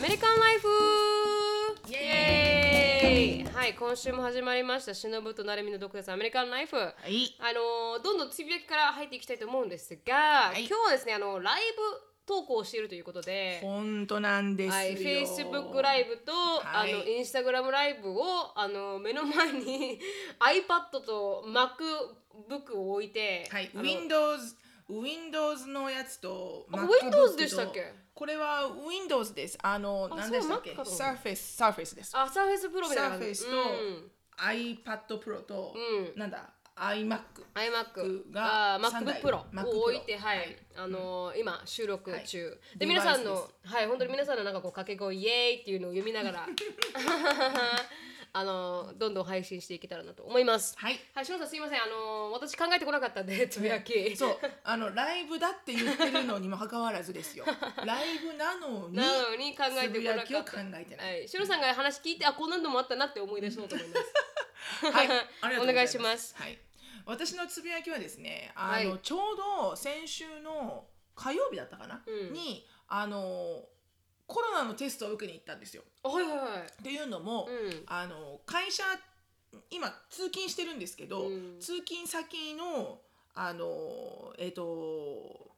メリカンライフイエーイはい今週も始まりました「しのぶとなるみの独舌アメリカンライフ」はい。あのーどんどんつぶやきから入っていきたいと思うんですが、い今日はですねあのライブ投稿をしているということで本当なんですよ。はい、フェイスブックライブと、はいあのインスタグラムライブをあの目の前に iPad と MacBook を置いて、はい。あの Windows Windows のやつとあ MacBook と Windows でしたっけ？これは Windows です。あのあ何でしたっけそう Mac かと？Surface Surface です。あ、サーフェイスプロみたいな感じ。 Surface と iPad Pro と、うんなんだ iMac。 iMac がが MacBook 三台 Pro を MacBook 置いて、はいはいあのー今収録中、でデバイス皆さんのではい本当に皆さんのなんかこう掛け声イエーイっていうのを読みながら あのーどんどん配信していけたらなと思います。はい。はい、しのさんすいませんあのー私考えてこなかったんでつぶやき。そうあのライブだって言ってるのにもかかわらずで すよライブなのになのに考えてつぶこなかやっきをた考えてないはい、しろさんが話聞いてあこんなのもあったなって思い出そうと思いますはい、ありがとうござお願いします。はい、私のつぶやきはですね、あの、はいちょうど先週の火曜日だったかな、うんにあのコロナのテストを受けに行ったんですよ。あはいはいはいっていうのも、うんあの会社今通勤してるんですけど、うん通勤先のあのえっ、と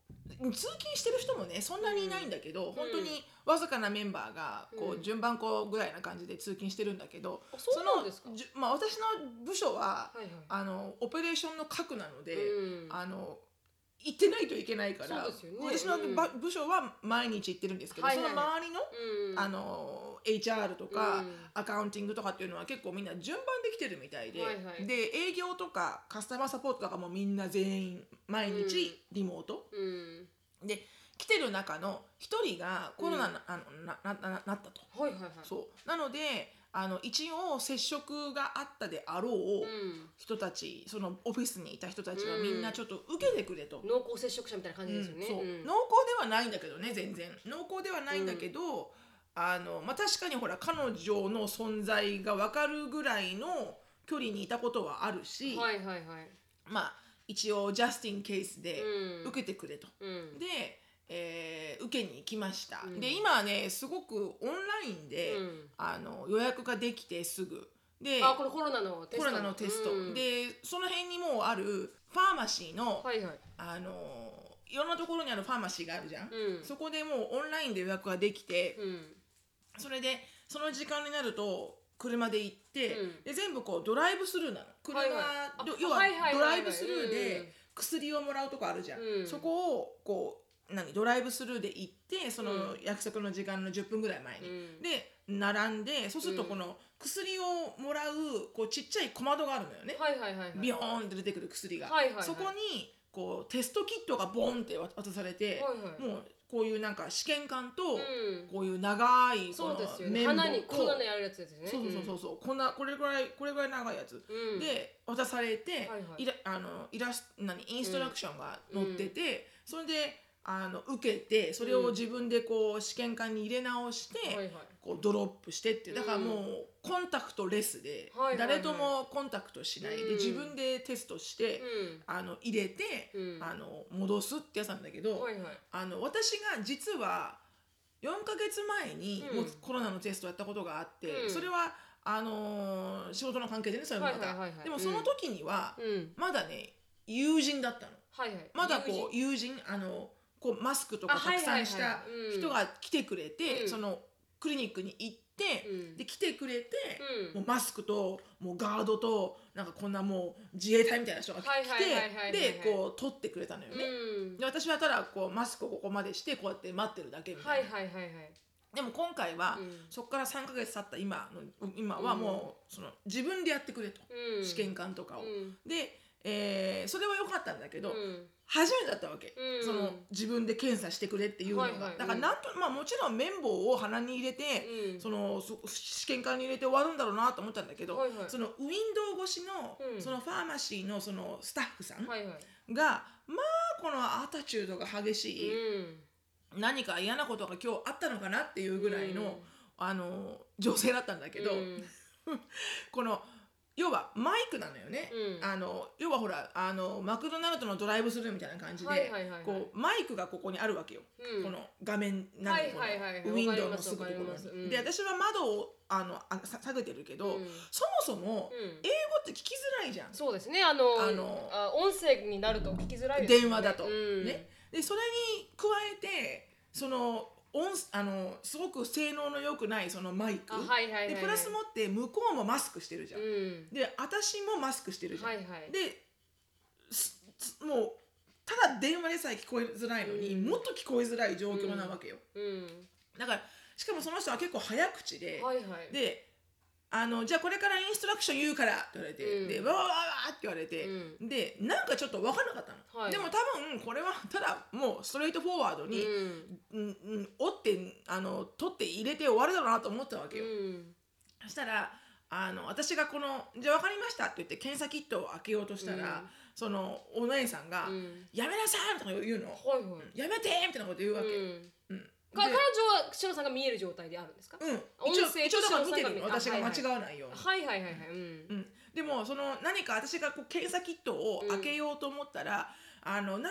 通勤してる人もねそんなにいないんだけど、本当にわずかなメンバーがこう、うん順番こうぐらいな感じで通勤してるんだけど、あそうなんですかそのじゅまあ、私の部署は、はいはいあのオペレーションの核なので、うんあの行ってないといけないから、そうですよね私のば部署は毎日行ってるんですけど、はいはいその周りの,、うんあの HR とか、うんアカウンティングとかっていうのは結構みんな順番できてるみたいで、はいはいで営業とかカスタマーサポートとかもみんな全員毎日リモート、うんで来てる中の一人がコロナな,、あのななななったと。はいはいはいそうなのであの一応接触があったであろう、うん人たちそのオフィスにいた人たちはうんみんなちょっと受けてくれと、濃厚接触者みたいな感うじんですそうよね、ん濃厚ではないんだけどね全然濃厚ではないんだけど、あのまあ、確かにほら彼女の存在が分かるぐらいの距離にいたことはあるし、はいはいはいまあ一応ジャスティンケースでうん受けてくれと。うんで、えー受けに行きました。うんで今はねすごくオンラインで、うんあの予約ができてすぐ。であこれコロナのテストコロナのテスト、うんでその辺にもうあるファーマシーの、はいはいあのいろんなところにあるファーマシーがあるじゃん、うんそこでもうオンラインで予約ができて、うんそれでその時間になると車で行って、うんで全部こうドライブスルーなの車、はいはいあど要ははいはいはいはいドライブスルーうんで薬をもらうとこあるじゃん、うんそこをこう何ドライブスルーで行ってそのう約束の時間の10分ぐらい前に、うんで並んでそうするとうんこの薬をもらうこうちっちゃい小窓があるのよね、はいはいはいはいビヨーンって出てくる薬が、はいはいはいそこにこうテストキットがボンって渡されて、はいはいもうこういうなんか試験管と、うんこういう長いこそうのですよね綿棒鼻にとこんなのやるやつですねそうそうそうそう、こんなこれぐらいこれぐらい長いやつ、うんうんで渡されて、はいはいイラあのイラス何インストラクションが載ってて、それであの受けてそれを自分でこう試験管に入れ直して、はいはいこうドロップしてっていうだからもううコンタクトレスで、はいはいはい誰ともコンタクトしないで、うん自分でテストして、うあの入れて、うんあの戻すってやつなんだけど、んはいはいあの私が実は4ヶ月前にうんもうコロナのテストやったことがあって、うんそれはあのー仕事の関係でねそれもまはた、いはいはいはいでもその時には、うんまだね友人だったのはいはいまだこう友人あのこうマスクとかあたくさんしはいはたいはいうん人が来てくれて、うんそのクリニックに行って、うんで来てくれて、うもうマスクともうガードとなんかこんなもう自衛隊みたいな人が来はいはいはいはいはいはいてでこう取ってくれたのよね。うんで私はただこうマスクをここまでしてこうやって待ってるだけみたいな、はいはいはいはいでも今回は、うんそこから3ヶ月経った今の今はもう、その自分でやってくれと、うん試験官とかを、うんで、えーそれは良かったんだけど、うん初めてだったわけ、うんその自分で検査してくれっていうのが、はいはいだからなんと、まあ、もちろん綿棒を鼻に入れて、うんそのそ試験管に入れて終わるんだろうなと思ったんだけど、はいはいそのウィンドウ越しの、うんそのファーマシーのそのスタッフさんが、はいはいまあこのアタチュードが激しい、うん何か嫌なことが今日あったのかなっていうぐらいの、うんあの女性だったんだけど、うんこの要はマイクなのよね、うんあの要はほらあのマクドナルドのドライブスルーみたいな感じで、はいはいはいはいこうマイクがここにあるわけよ、うんこの画面なんでこのはいはいはいウィンドウのすぐわとかこりろますわかりますうに。んで私は窓をあのあさ下げてるけど、うんそもそもうん英語って聞きづらいじゃん、そうですねあのあのあ音声になると聞きづらいですよね電話だと、うんね、でそれに加えてその音あのすごく性能の良くないそのマイク、あはいはいはいはいでプラスもって向こうもマスクしてるじゃん、うんで私もマスクしてるじゃん、はいはいですすもうただ電話でさえ聞こえづらいのに、うんもっと聞こえづらい状況なわけよ、うんだからしかもその人は結構早口で、はいはいであの「じゃあこれからインストラクション言うから」って言われて、うんで「わわわわ」って言われて、うでなんかちょっと分からなかったの、はいでも多分これはただもうストレートフォワードに、うんうんうん、折ってあの取って入れて終わるだろうなと思ったわけよ、うんそしたらあの私がこの「じゃあ分かりました」って言って検査キットを開けようとしたうら、んそのお姉さんが「うんやめなさい!」みたいなこと言うのはいはい「やめて!」みたいなこと言うわけ、うんうんか彼で女はしのさんが見える状態であるんですかうん、音一応声一応だからと見てるのあ私が間違はわないように、はいはいはいはいうんうん、でもその何か私がこう検査キットを開けようと思ったら「あの No! No! No!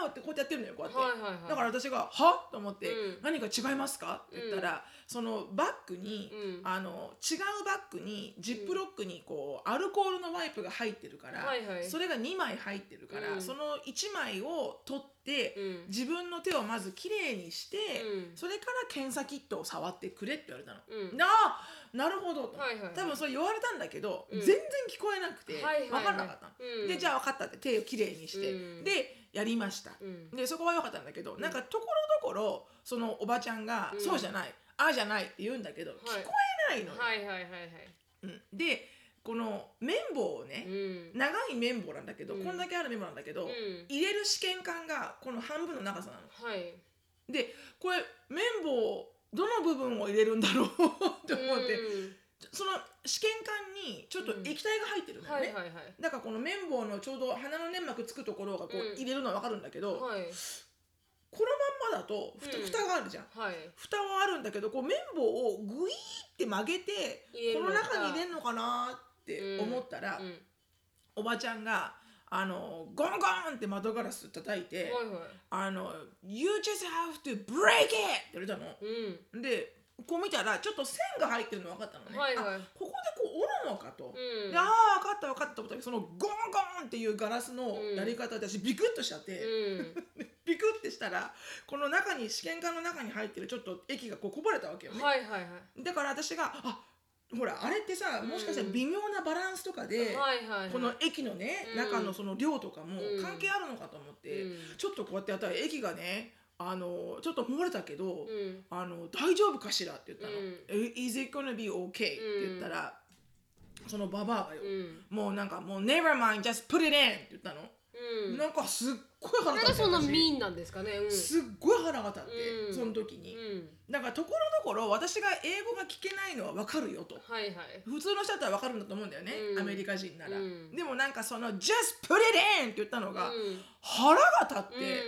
No!」ってこうやってやってるのよこうやって。はいはいはいだから私が「は?」と思ってうん「何か違いますか?」って言ったら、そのバッグに、うんあの違うバッグにジップロックにこうアルコールのワイプが入ってるから、はいはいそれが2枚入ってるから、うんその1枚を取って、うん自分の手をまずきれいにして、うんそれから検査キットを触ってくれって言われたの。うんなあなるほど、とはいはいはい多分それ言われたんだけど、うん全然聞こえなくて、はいはいはい分かんなかったの、うんでじゃあ分かったって手をきれいにして、うんでやりました、うんでそこは良かったんだけど、なんかところどころそのおばちゃんが「うんそうじゃないああじゃない」って言うんだけど、聞こえないのよ、はいはいはいはいうんでこの綿棒をうね、ん長い綿棒なんだけど、うんこんだけある綿棒なんだけど、うん入れる試験管がこの半分の長さなの。はいでこれ綿棒どの部分を入れるんだろう って思って、うんその試験管にちょっと液体が入ってるんだよはね。いはいはいだからこの綿棒のちょうど鼻の粘膜つくところがこうんう入れるのは分かるんだけど、こはいのまんまだとふたうん蓋があるじゃん、はい蓋はあるんだけどこう綿棒をグイーって曲げて入れこるののか中に入れるのかなって思ったら、うんおばちゃんがあのゴンゴンって窓ガラス叩いてはいは「あの You just have to break it!」って言われたの。いうんでこう見たらちょっと線が入ってるの分かったのね、はいはいあここでこう折るのかと、うんでああ分かった分かったと思ったけどそのゴンゴンっていうガラスのうんやり方で私ビクッとしちゃって、うんビクッてしたらこの中に試験管の中に入ってるちょっと液がこうこぼれたわけよね、はいはいはいだから私があほらあれってさもしかしたら微妙なバランスとかで、はいはいはいこの液のね、うん中のその量とかもうん関係あるのかと思って、うんちょっとこうやってやったら液がねあのちょっと漏れたけど、うんあの大丈夫かしらって言ったのうん「え Is it gonna be okay?」って言ったら、そのババアがよ、うんもうなんかもう「Never mind just put it in」って言ったの、うんなんかすっごいな腹ん立かってそんな私ミーンなんですかねうんすっごい腹が立って、うんその時に、うんなんかところどころ私が英語が聞けないのは分かるよとはいはい普通の人だったら分かるんだと思うんだよね、うんアメリカ人なら、うんでもなんかその「just put it in」って言ったのが、うん腹が立って、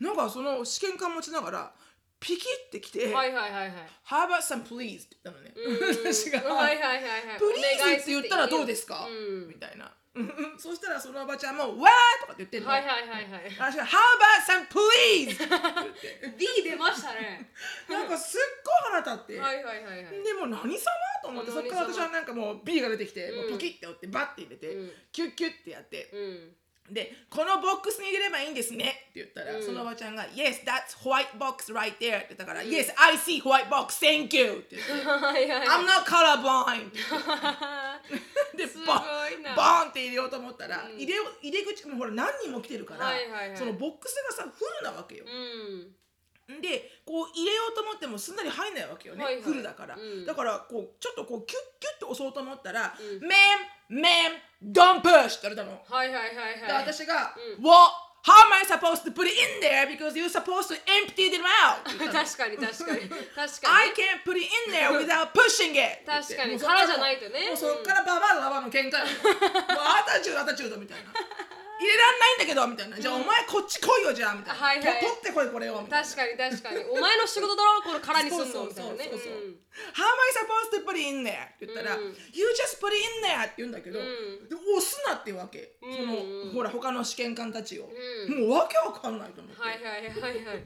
うなんかその試験管持ちながらピキってきて、んはいはいはい はい How about some please? って言ったのね。うん私が、はいはいはいはい please って言ったらどうですすか、うんみたいな。そしたらそのおばちゃんも、わーとかって言ってんの。はいはいはいはい私が、How about some please? って言って。 D 出ましたねなんかすっごい腹立って。はいはいはいはいでも何様と思ってうんそっから何様私はなんかもう B が出てきて、うんもうパキッて折ってバッて入れて、うんキュッキュッてやって、うんで「このボックスに入れればいいんですね」って言ったら、うんそのおばちゃんが「Yes, that's white box right there」って言ったから「Yes, I see white box, thank you」って言って はいはい「I'm not colorblind」でごいバなンバーンって入れようと思ったら、うん入れよう入り口もうほら何人も来てるから、はいはいはいそのボックスがさフルなわけよう、んでこう入れようと思ってもすんなり入んないわけよね、はいはいフルだから、うんだからこうちょっとこうキュッキュッて押そうと思ったら「う Ma'am, ma'am, don't push!」って言われたの、はいはいはいではい私が「う What? How am I supposed to put it in there because you're supposed to empty them out?」って言 っ確たかのに確かに確かに I can't put it in there without pushing it! 確かにもうそっら殻じゃないとねもうそっからババアとババアの喧嘩よもうアタチュードアタチュードみたいな。入れらんないんだけどみたいなじゃあお前こっち来いよじゃあみたいな、はいはいと取ってこいこれをみたいな確かに確かにお前の仕事だろこの殻にすんそのうみたいなねそうそうそううん How am I supposed to put it in there? って言ったら、うん You just put it in there! って言うんだけど、うんで押すなってわけ、んそのほら他の試験官たちを、うもうわけわかんないと思って、はいはいはいはい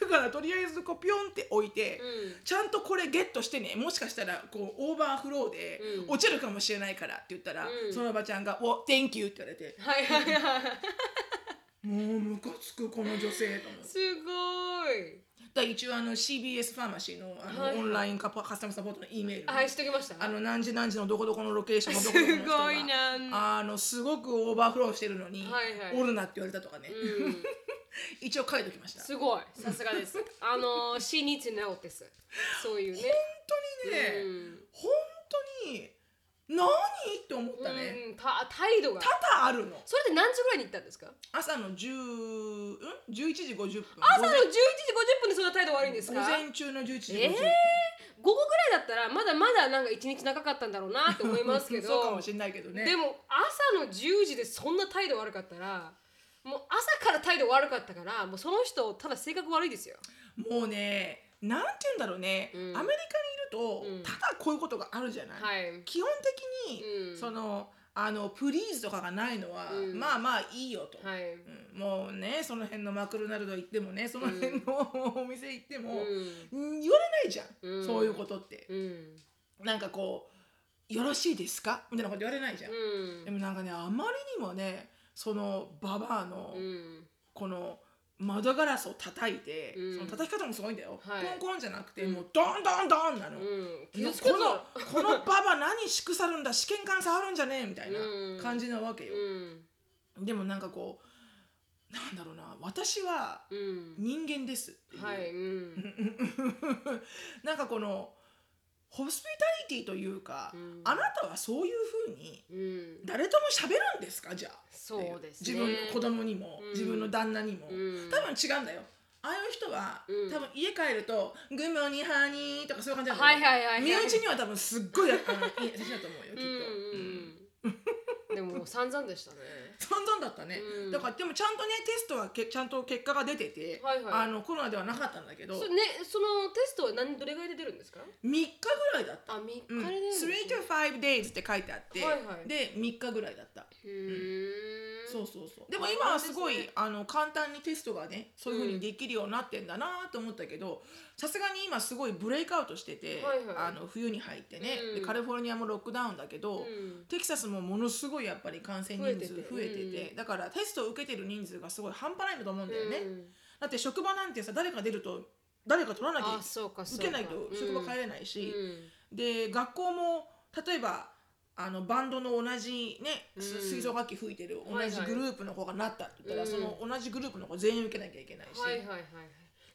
だからとりあえずこうピョンって置いて、うんちゃんとこれゲットしてねもしかしたらこうオーバーフローでうん落ちるかもしれないからって言ったら、うんそのおばちゃんが「お Thank you」って言われてはいはい はいもうムカつくこの女性と思ってすごいだから一応あの CBS ファーマシーのあの、はいオンラインカパカスタムサポートの E メールに、はいしときましたあの何時何時のどこどこのロケーションのどこどこのす人がごいなあのすごくオーバーフローしてるのに、はいはいおるなって言われたとかね、うん一応書いときましたすごいさすがです あの she needs to know ですそういうね本当にね、うん本当に何って思ったね、うんた態度が多々あるのそれで何時ぐらいに行ったんですか朝の10ん11時50朝分の11時50分でそんな態度悪いんです午か前中の11時50分、えー午後ぐらいだったらまだまだなんか一日長かったんだろうなって思いますけど そうかもしれないけどねでも朝の10時でそんな態度悪かったらもう朝から態度悪かったからもうその人ただ性格悪いですよもうねなんて言うんだろうね、うんアメリカにういんると、ただこういうことがあるじゃない、はい基本的に、うんそのあのプリーズとかがないのは、うんまあまあいいよと、はいうんもうねその辺のマクドナルド行ってもねその辺のお店行ってうも、んうん言われないじゃん、うんそういうことってうんなんかこう「よろしいですか?」みたいなこと言われないじゃん、うでんもなんかねあまりにもねそのババアのうんこの窓ガラスを叩いて、うんその叩き方もすごいんだよ、はいコンコンじゃなくて、うんもうドンドンドンなの、うんも傷うつこくのぞこのババア何しくさるんだ試験官触るんじゃねえみたいなうん感じなわけよ、うんでもなんかこうなんだろうな私はうん人間ですっていう、はいうんなんかこのホスピタリティというか、うんあなたはそういうふうにうん誰とも喋るんですかじゃあそうですね自分の子供にも、うん自分の旦那にも、うん多分違うんだよああいう人は、うん多分家帰ると「グモニハニー」とかそういう感じなんだはいはいはいはい身内には多分すっごいあのいい優しいだと思うよきっと、うんうんうんでも散々でしたね散々だったね、うんだからでもちゃんとねテストはけちゃんと結果が出てて、はいはいあのコロナではなかったんだけどそ3ねそのテストは何どれぐらいで出るんですか日ぐらいだっあた三日でうん、出3るんですねと5 days って書いてあって、はいはいで3日ぐらいだったうーんそうそうそうでも今はすごいそうですねあの簡単にテストがねそういうふううにんできるようになってんだなと思ったけどさすがに今すごいブレイクアウトしてて、はいはいあの冬に入ってね、うんでカリフォルニアもロックダウンだけど、うんテキサスもものすごいやっぱり感染人増え数てて増えててうんだからテストを受けてる人数がすごい半端ないんだと思うんだよね、うんだって職場なんてさ誰か出ると誰か取らなきゃあそうかそう受かけないと職場帰れれないし、で学校も例えばあのバンドの同じね、すうん吹奏楽器吹いてる同はいじグループの子がなったって言ったら、うんその同じグループの子全員受けなきゃいけないし、はいはいはいはい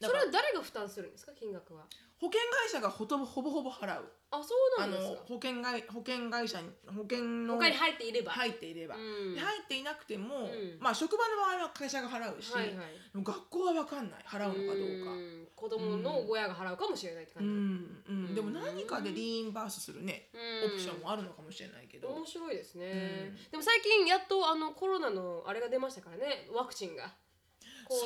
だそかれらは誰が負担するんですか金額は保険会社がほとぼほぼほぼ払うあそうなあんのですか保険会保険会社に保険の他に入っていれば入っていれば、うんで入っていなくても、うんまあ職場の場合は会社が払うし、はいはいでも学校は分かんない払うのかどうか。ん子供の親が払うかもしれないってう感じんうんうんでも何かでリインバースするね、うんオプションもあるのかもしれないけど、面白いですね、うんでも最近やっとあのコロナのあれが出ましたからねワクチンがそ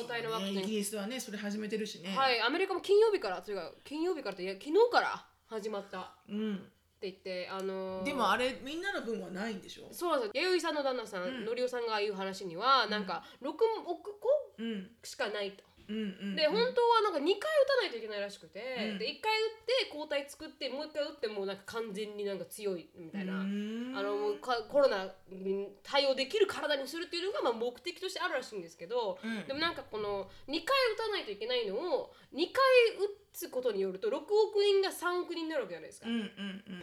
抗う体のワクチね、イギン、リスはねそれ始めてるしね、はいアメリカも金曜日からというか金曜日からっていや昨日から始まったってうん、言ってあのーでもあれみんなの分はないんでしょ、そうなんですよ弥生さんの旦那さん、うんのりおさんが言う話には、なんか6億個うん、うんしかないと。うんうんで本当はなんか2回打たないといけないらしくて、うんで1回打って抗体作ってもう1回打ってもうなんか完全になんか強いみたいな、あのもうかコロナに対応できる体にするっていうのがまあ目的としてあるらしいんですけど、うんでもなんかこの2回打たないといけないのを2回打つことによると6億人が3億人になるわけじゃないですか、うん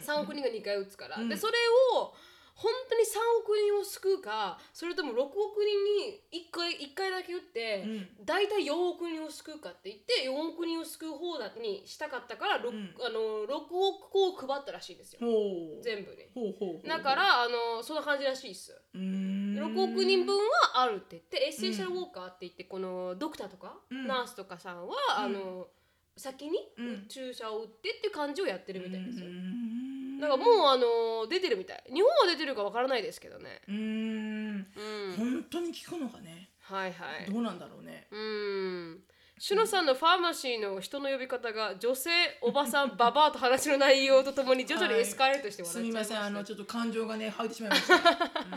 うんうん3億人が2回打つから、うんでそれを本当に3億人を救うかそれとも6億人に1回 ,1 回だけ打って。うん大体4億人を救うかって言って4億人を救う方にしたかったから、ろくうんあの6億個を配ったらしいんですよほう全部にほうほうほうだからあのそんな感じらしいっすうーん6億人分はあるって言ってエッセンシャルウォーカーって言ってこのドクターとか、うんナースとかさんは、うんあの先にうん注射を打ってっていう感じをやってるみたいですよ、うーんだからもうあの出てるみたい日本は出てるかわからないですけどねうーんうんうん、本当に効くのかね、はいはいどうなんだろうねうんシュノさんのファーマシーの人の呼び方が女性おばさんババアと話の内容とともに徐々にエスカレートしてす笑っちゃいみまましせたんあのちょっと感情がね入ってしまいました、う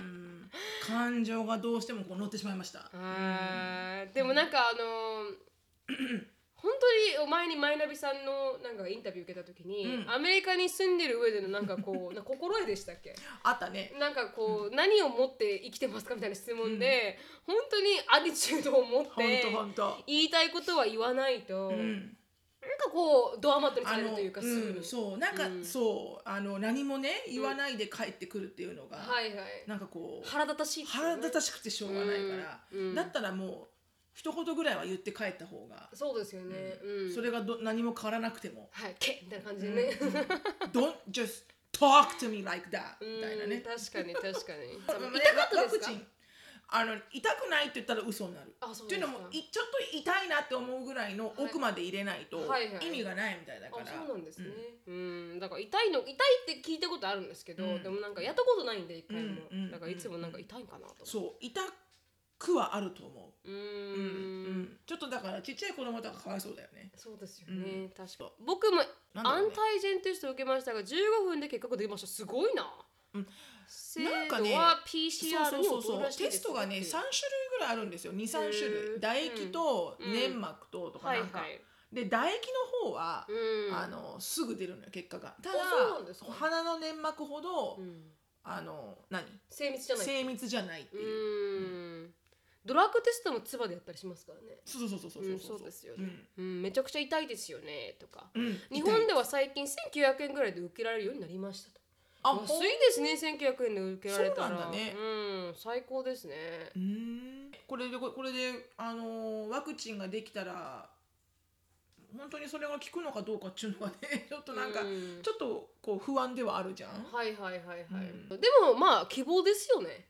ん感情がどうしてもこう乗ってしまいましたあーでもなんかあのー 本当に前にマイナビさんのなんかインタビュー受けた時に、うんアメリカに住んでる上でのなんか こうな心得でしたっけあったねなんかこう、何を持って生きてますかみたいな質問で、本当にアティチュードを持っ本て当本当言いたいことは言わないと、うんなんかこうドアマットにさあれるのというかすぐに、うん、そうなんか、うんそうあの何もね言わないで帰ってくるっていうのが、はいはいなんかこう腹立たしいですよね、腹立たしくてしょうがないから、うんうんだったらもう一言ぐらいは言って帰った方が、そうですよね、うんそれがど何も変わらなくてもはいけみたいな感じでね、 「Don't just talk to me like that」うん みたいなね。確かに確か にまあまあね痛かったワですクかチンあの痛くないって言ったら嘘になる。あそうっていうのもいちょっと痛いなって思うぐらいの奥まで入れないとはいはい意味がないみたいだあから。そうなんですねうんうん、だから痛いの痛いって聞いたことあるんですけど、うんでもなんかやったことないんで一回も、うんうんだからいつもなんか痛いんかなと思そう痛くはあると思うう。ううんーうんんちょっとだからちっちゃい子供とかかわいそうだよね。そうですよね、うん確か僕もなんだアろうンねタイジェンテストを受けましたが15分で結果が出ましたすごいな、うん精なん度かねはそう PCR そうにそう劣そるうらしいテですストがね3種類ぐらいあるんですよ23種へー類唾液とうん粘膜ととかはいなはんか、いで唾液の方は、うんあのすぐ出るのよ結果がただそうなんですか鼻の粘膜ほど、うんあの何精密じゃない精密じゃないってういう、んドラッグテストも唾でやったりしますからねそうそうそうそううんそそううですようねん、うんめちゃくちゃ痛いですよねとかうん日本痛いでは最近1900円ぐらいで受けられるようになりましたとあ安いほんですね1900円で受けられたらそうなんだねうん最高ですねうーんこれでここれであのワクチンができたら本当にそれが効くのかどうかっていうのがねちょっとなんか、うちょっとこう不安ではあるじゃん。はいはいはいはい、うんでもまあ希望ですよね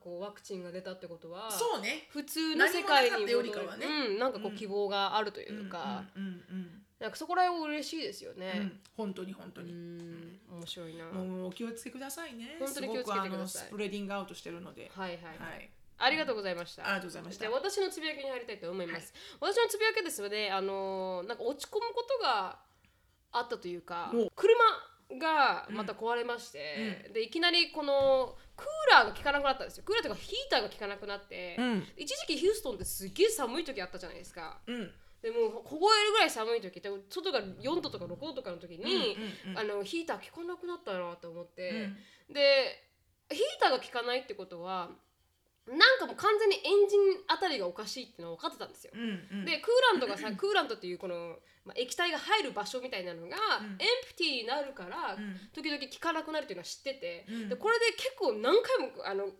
こうワクチンが出たってことはそうね普通の世界に何もなかったよりかはねうん、なんかこううん希望があるというか、うんうんうんなんかそこら辺も嬉しいですよねう、んうん本当に本当うに、ん面白いな、はいもうお気をつけくださいね本当に気をつけてくださいすごあのスプレディングアウトしてるのではい、はい、ありがとうございましたありがとうございましたじゃあ私のつぶやきに入りたいと思います、私のつぶやきですのであのーなんか落ち込むことがあったというかお車がまた壊れまして、でいきなりこのクーラーが効かなくなったんですよクーラーというかヒーターが効かなくなって、ん一時期ヒューストンってすっげえ寒い時あったじゃないですかうんでもう凍えるぐらい寒い時で外が4度とか6度とかの時に、うんうんあのヒーター効かなくなったなと思って、うんでヒーターが効かないってことはなんかもう完全にエンジンあたりがおかしいってのは分かってたんですよ。うんうんでクーラントがさクーラントっていうこの、まあ、液体が入る場所みたいなのが、うんエンプティーになるから、うん時々効かなくなるっていうのは知ってて、うんでこれで結構何回もあの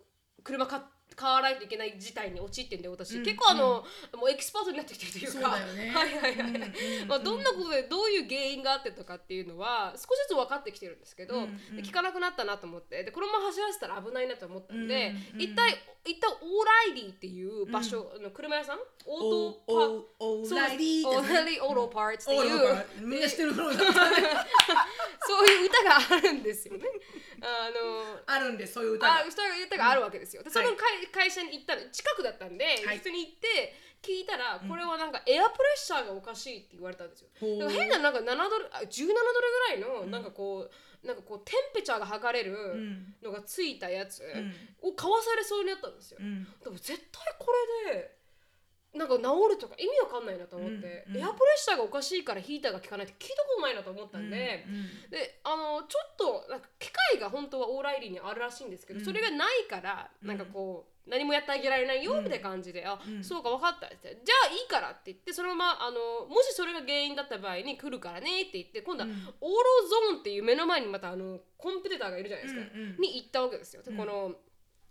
車買買わないといけない事態に陥ってんで私、うん結構あの、もうエキスパートになってきてるというかそうだよねはいはいはい、うんうんうんまあ、どんなことでどういう原因があってとかっていうのは少しずつ分かってきてるんですけど、うんうんで聞かなくなったなと思ってでこのまま走らせたら危ないなと思ったんで、うんうん一体一旦オーライリーっていう場所、あの車屋さんオートパおおおそうライリーオでーすねラリーオーローパーツってオーいルうだからみんな知ってる頃だったね そういう歌があるんですよね。あの あるんでそういう歌があそういう歌があるわけですよ。でそのはい会,、会社に行ったら近くだったんで、はい普通に行って聞いたらこれはなんかエアプレッシャーがおかしいって言われたんですよ。ほうだから変ななんか7ドルあ17ドルぐらいのなんかこう、なんかこうテンペチャーが測れうるんのがついたやつうんを買わされそうになったんですよう。んでも絶対これでなんか治るとか意味わかんないなと思って、うんうんエアプレッシャーがおかしいからヒーターが効かないって聞いたことないなと思ったんで。うんうんであのちょっとなんか機械が本当はオーライリーにあるらしいんですけど、うんそれがないからうんなんかこう、何もやってあげられないよみたいな感じで、あ、うんそうか分かったって言ってじゃあいいからって言ってそのままあのもしそれが原因だった場合に来るからねって言って今度は、うんオーロゾーンっていう目の前にまたあのコンピューターがいるじゃないですか、うんうんに行ったわけですよ。でうんこの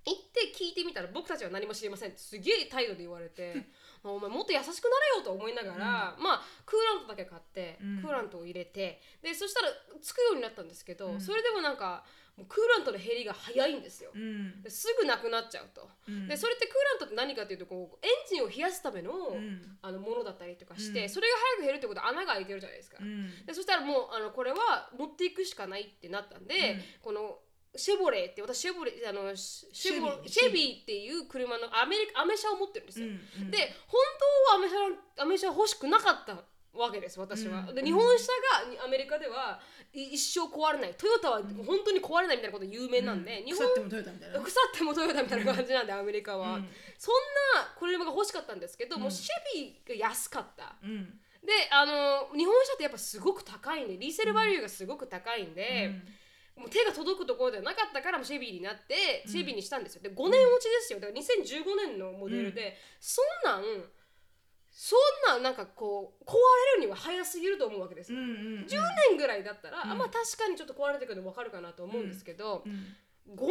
行って聞いてみたら僕たちは何も知りませんってすげえ態度で言われてあお前もっと優しくなれよと思いながら、まあクーラントだけ買って、うんクーラントを入れてでそしたらつくようになったんですけど、うんそれでもなんかもうクーラントの減りが早いんですよう。んですぐなくなっちゃうと。うんでそれってクーラントって何かっていうとこうエンジンを冷やすための,、うんあのものだったりとかして、うんそれが早く減るってことは穴が開いてるじゃないですか。うんでそしたらもうあのこれは持っていくしかないってなったんで、うんこのシェボレーって私シェボレーあのシシェボシシェビーェビーっていう車のアメリカアメ車を持ってるんですうよ、んうんで本当はアメ車アメ車欲しくなかったわけです私は、うんで日本車がにアメリカではい一生壊れないトヨタは本当に壊れないみたいなこと有名なんで、う日腐本ってもトヨタみたい腐ってもトヨタみたいなな感じなんでアメリカは、うんそんな車が欲しかったんですけど、もうシェビーが安かったうんであの日本車ってやっぱすごく高いんでリーセルバリューがすごく高いんで、もう手が届くところではなかったからもうシェビーになってうんシェビーにしたんですよで5年落ちですよだから2015年のモデルで、そんなんそんなんなんかこう壊れるには早すぎると思うわけですうよ、んうん10年ぐらいだったら、うんあまあ確かにちょっと壊れてくるの分かるかなと思うんですけど、うん5年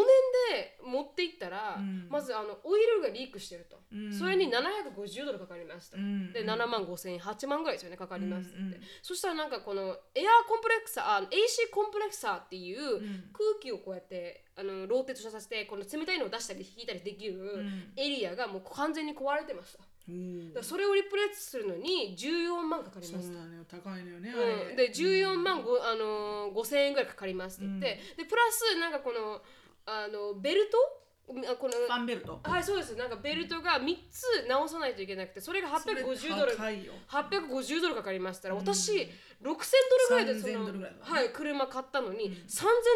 で持っていったら、うんまずあのオイルがリークしてると、うんそれに750ドルかかりました、うんで7万5千円8万ぐらいですよねかかりますって、うんうんそしたらなんかこのエアーコンプレックサーあ AC コンプレックサーっていうう空ん気をこうやってあのローテーションさせてこの冷たいのを出したり引いたりできうるんエリアがもう完全に壊れてましただかうんらそれをリプレイスするのに14万かかりそまうしたなのよ高いのよねあうれん、で14万 5,、あのー、5000円ぐらいかかりますって言って、でプラスなんかこのあのベルトあこのファンベルトはいそうですなんかベルトが3つ直さないといけなくてそれが850ドルそれ高いよ850ドルかかりましたらうん私、6000ドルぐらいでそ3000のドルぐらいだねはい、車買ったのに、うん3000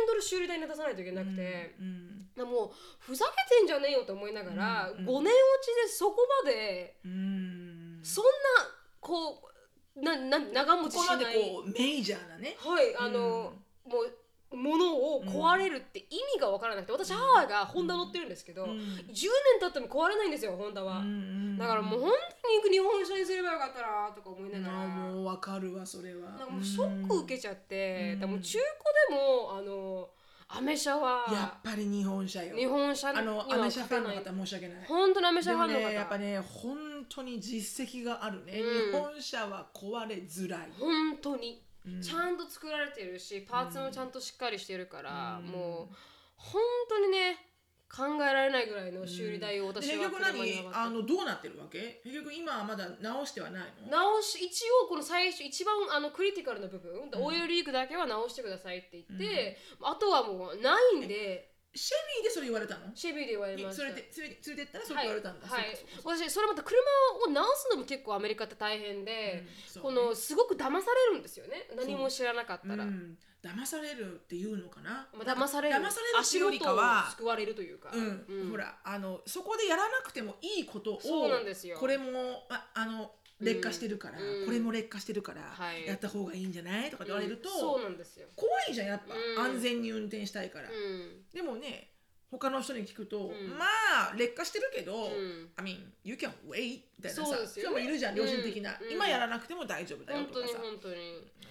ドル修理代に出さないといけなくて、うんなもうふざけてんじゃねえよと思いながら、うん5年落ちでそこまでうんそんなこうなな長持こちこしまないでこうメジャーなねはいあの、もう物を壊れるって意味が分からなくて私母がホンダ乗ってるんですけど、うん10年経っても壊れないんですよホンダは、うんだからもう本当に日本車にすればよかったなとか思いながら、あもうわかるわそれはなんかもうショック受けちゃって、うんだからもう中古でもあのアメ車やはっぱり日本車よ日本車にあのアメ車ファン勝てのない方申し訳ない本当のアメで車ファもンの方、ねやっぱね本当に実績があるね、うん日本車は壊れづらい、本当にうんちゃんと作られてるしパーツもちゃんとしっかりしてるから、うんもう本当にね考えられないぐらいの修理代をで私結は局車に払って何あのどうなってるわけ結局今はまだ直してはないの直し一応この最初一番あのクリティカルな部分、オイルリークだけは直してくださいって言って、あとはもうないんでシェビーでそれ言われたのシェビーで言われましにそたれで連れて連れてったらそれ言われたんだ、はい、そうかそうかはい、私それまた車を直すのも結構アメリカって大変で、そうこそうのすごく騙されるんですよね何も知らなかったら、うん、騙されるっていうのかな、まあ、騙される騙されるっていうよりかは足元を救われるというか、うんほらあのそこでやらなくてもいいことをそうなんですよこれもああのうん劣化してるから、うんこれも劣化してるから、はいやった方がいいんじゃないとか言われると、うんそうなんですよ、怖いじゃんやっぱ、うん安全に運転したいから、うんでもね他の人に聞くと、んまあ劣化してるけど、うん、 I mean you can wait みたいなさそうですよ人もいるじゃんうん良心的な、うん今やらなくても大丈夫だよ本と当かにさ本当に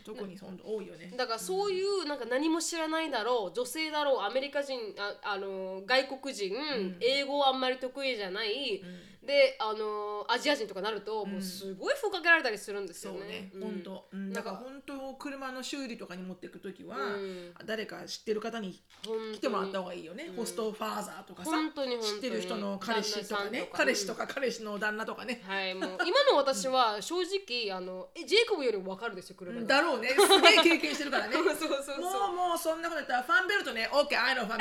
特に本当多いよねだからそういうなんか何も知らないだろう女性だろうアメリカ人あ、あの外国人、ん英語あんまり得意じゃない、であのアジア人とかなると、もうすごいふっかけられたりするんですそようね。ね、うん本当、うん、なだんかから本当車の修理とかに持っていく時は、うん誰か知ってる方に来来てもらった方がいいよね、ホストファーザーとかさ本当に本当知にってる人の彼氏と旦那かさんねとか彼氏とか彼氏の旦那とかね、はいもう今の私は正直あのえジェイコブよりも分かるですよ車が、だろうねすげえ経験してるからね そうそうそうもうもうそんなこと言ったらファンベルトね OK I know ファン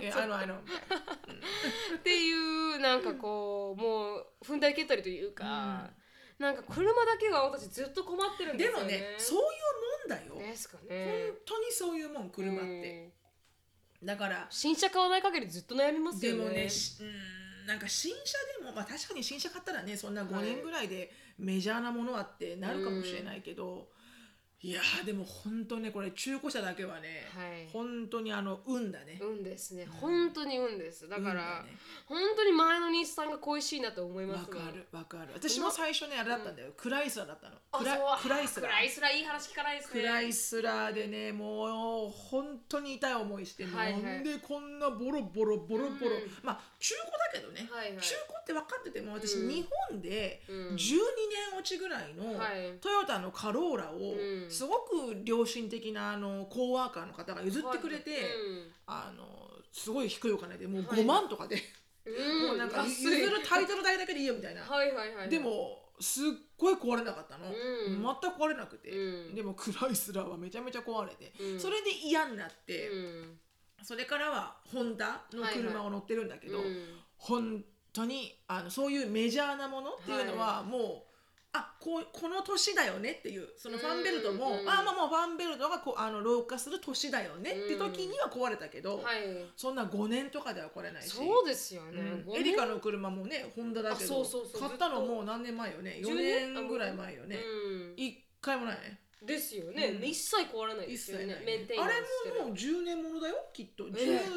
ベ ルト I know I know っていうなんかこうもう踏んだり蹴ったりというか、なんか車だけが私ずっと困ってるんでですよもねねそういうもんだよ本ですかね当にそういうもん車ってうんだから新車買わない限りずっと悩みますでよねもねしうんなんか新車でもまあ確かに新車買ったらねそんな5はい年ぐらいでメジャーなものはってなるかもしれないけど、いやーでも本当ねこれ中古車だけはね、はい本当にあの運だね、運ですね本当に運ですだ運かだねら、本当に前の日産が恋しいなと思いわ、ますかわるわかる私も最初ねあれだったんだよ、クライスラーだったのあクラそうクライスラークライスラーいい話聞かないですねクライスラーでねもう本当に痛い思いして、はいはいなんでこんなボロボロボロボロ、うんまあ中古だけどね、はいはい中古って分かってても私、うん日本でうん12年落ちぐらいの、はいトヨタのカローラを、うんすごく良心的なあのコーワーカーの方が譲ってくれて、うんあのすごい低いお金でもうはい5万とかで、うん、もうなんか安譲いるタイトル代だけでいいよみたいな。はいはいはいでもすっごい壊れなかったの、うん全く壊れなくて、うんでもクライスラーはめちゃめちゃ壊れて、うんそれで嫌になって、うんそれからはホンダの車を乗ってるんだけど、うん本当にあのそういうメジャーなものっていうのはもう、あこうこの年だよねっていうそのファンベルトも、うんうんあまあもうファンベルトがこうあの老化する年だよねって時には壊れたけど、はいそんな5年とかでは壊れないし。そうですようね、んごめエんリカの車もねホンダだけどあそうそうそう買ったのずっともう何年前よね10 4年ぐらい前よね、うん一回もないねですよね、うん一切壊れないで一す切よない、ねメンテイナあンスれしてるももう10年ものだよきっと10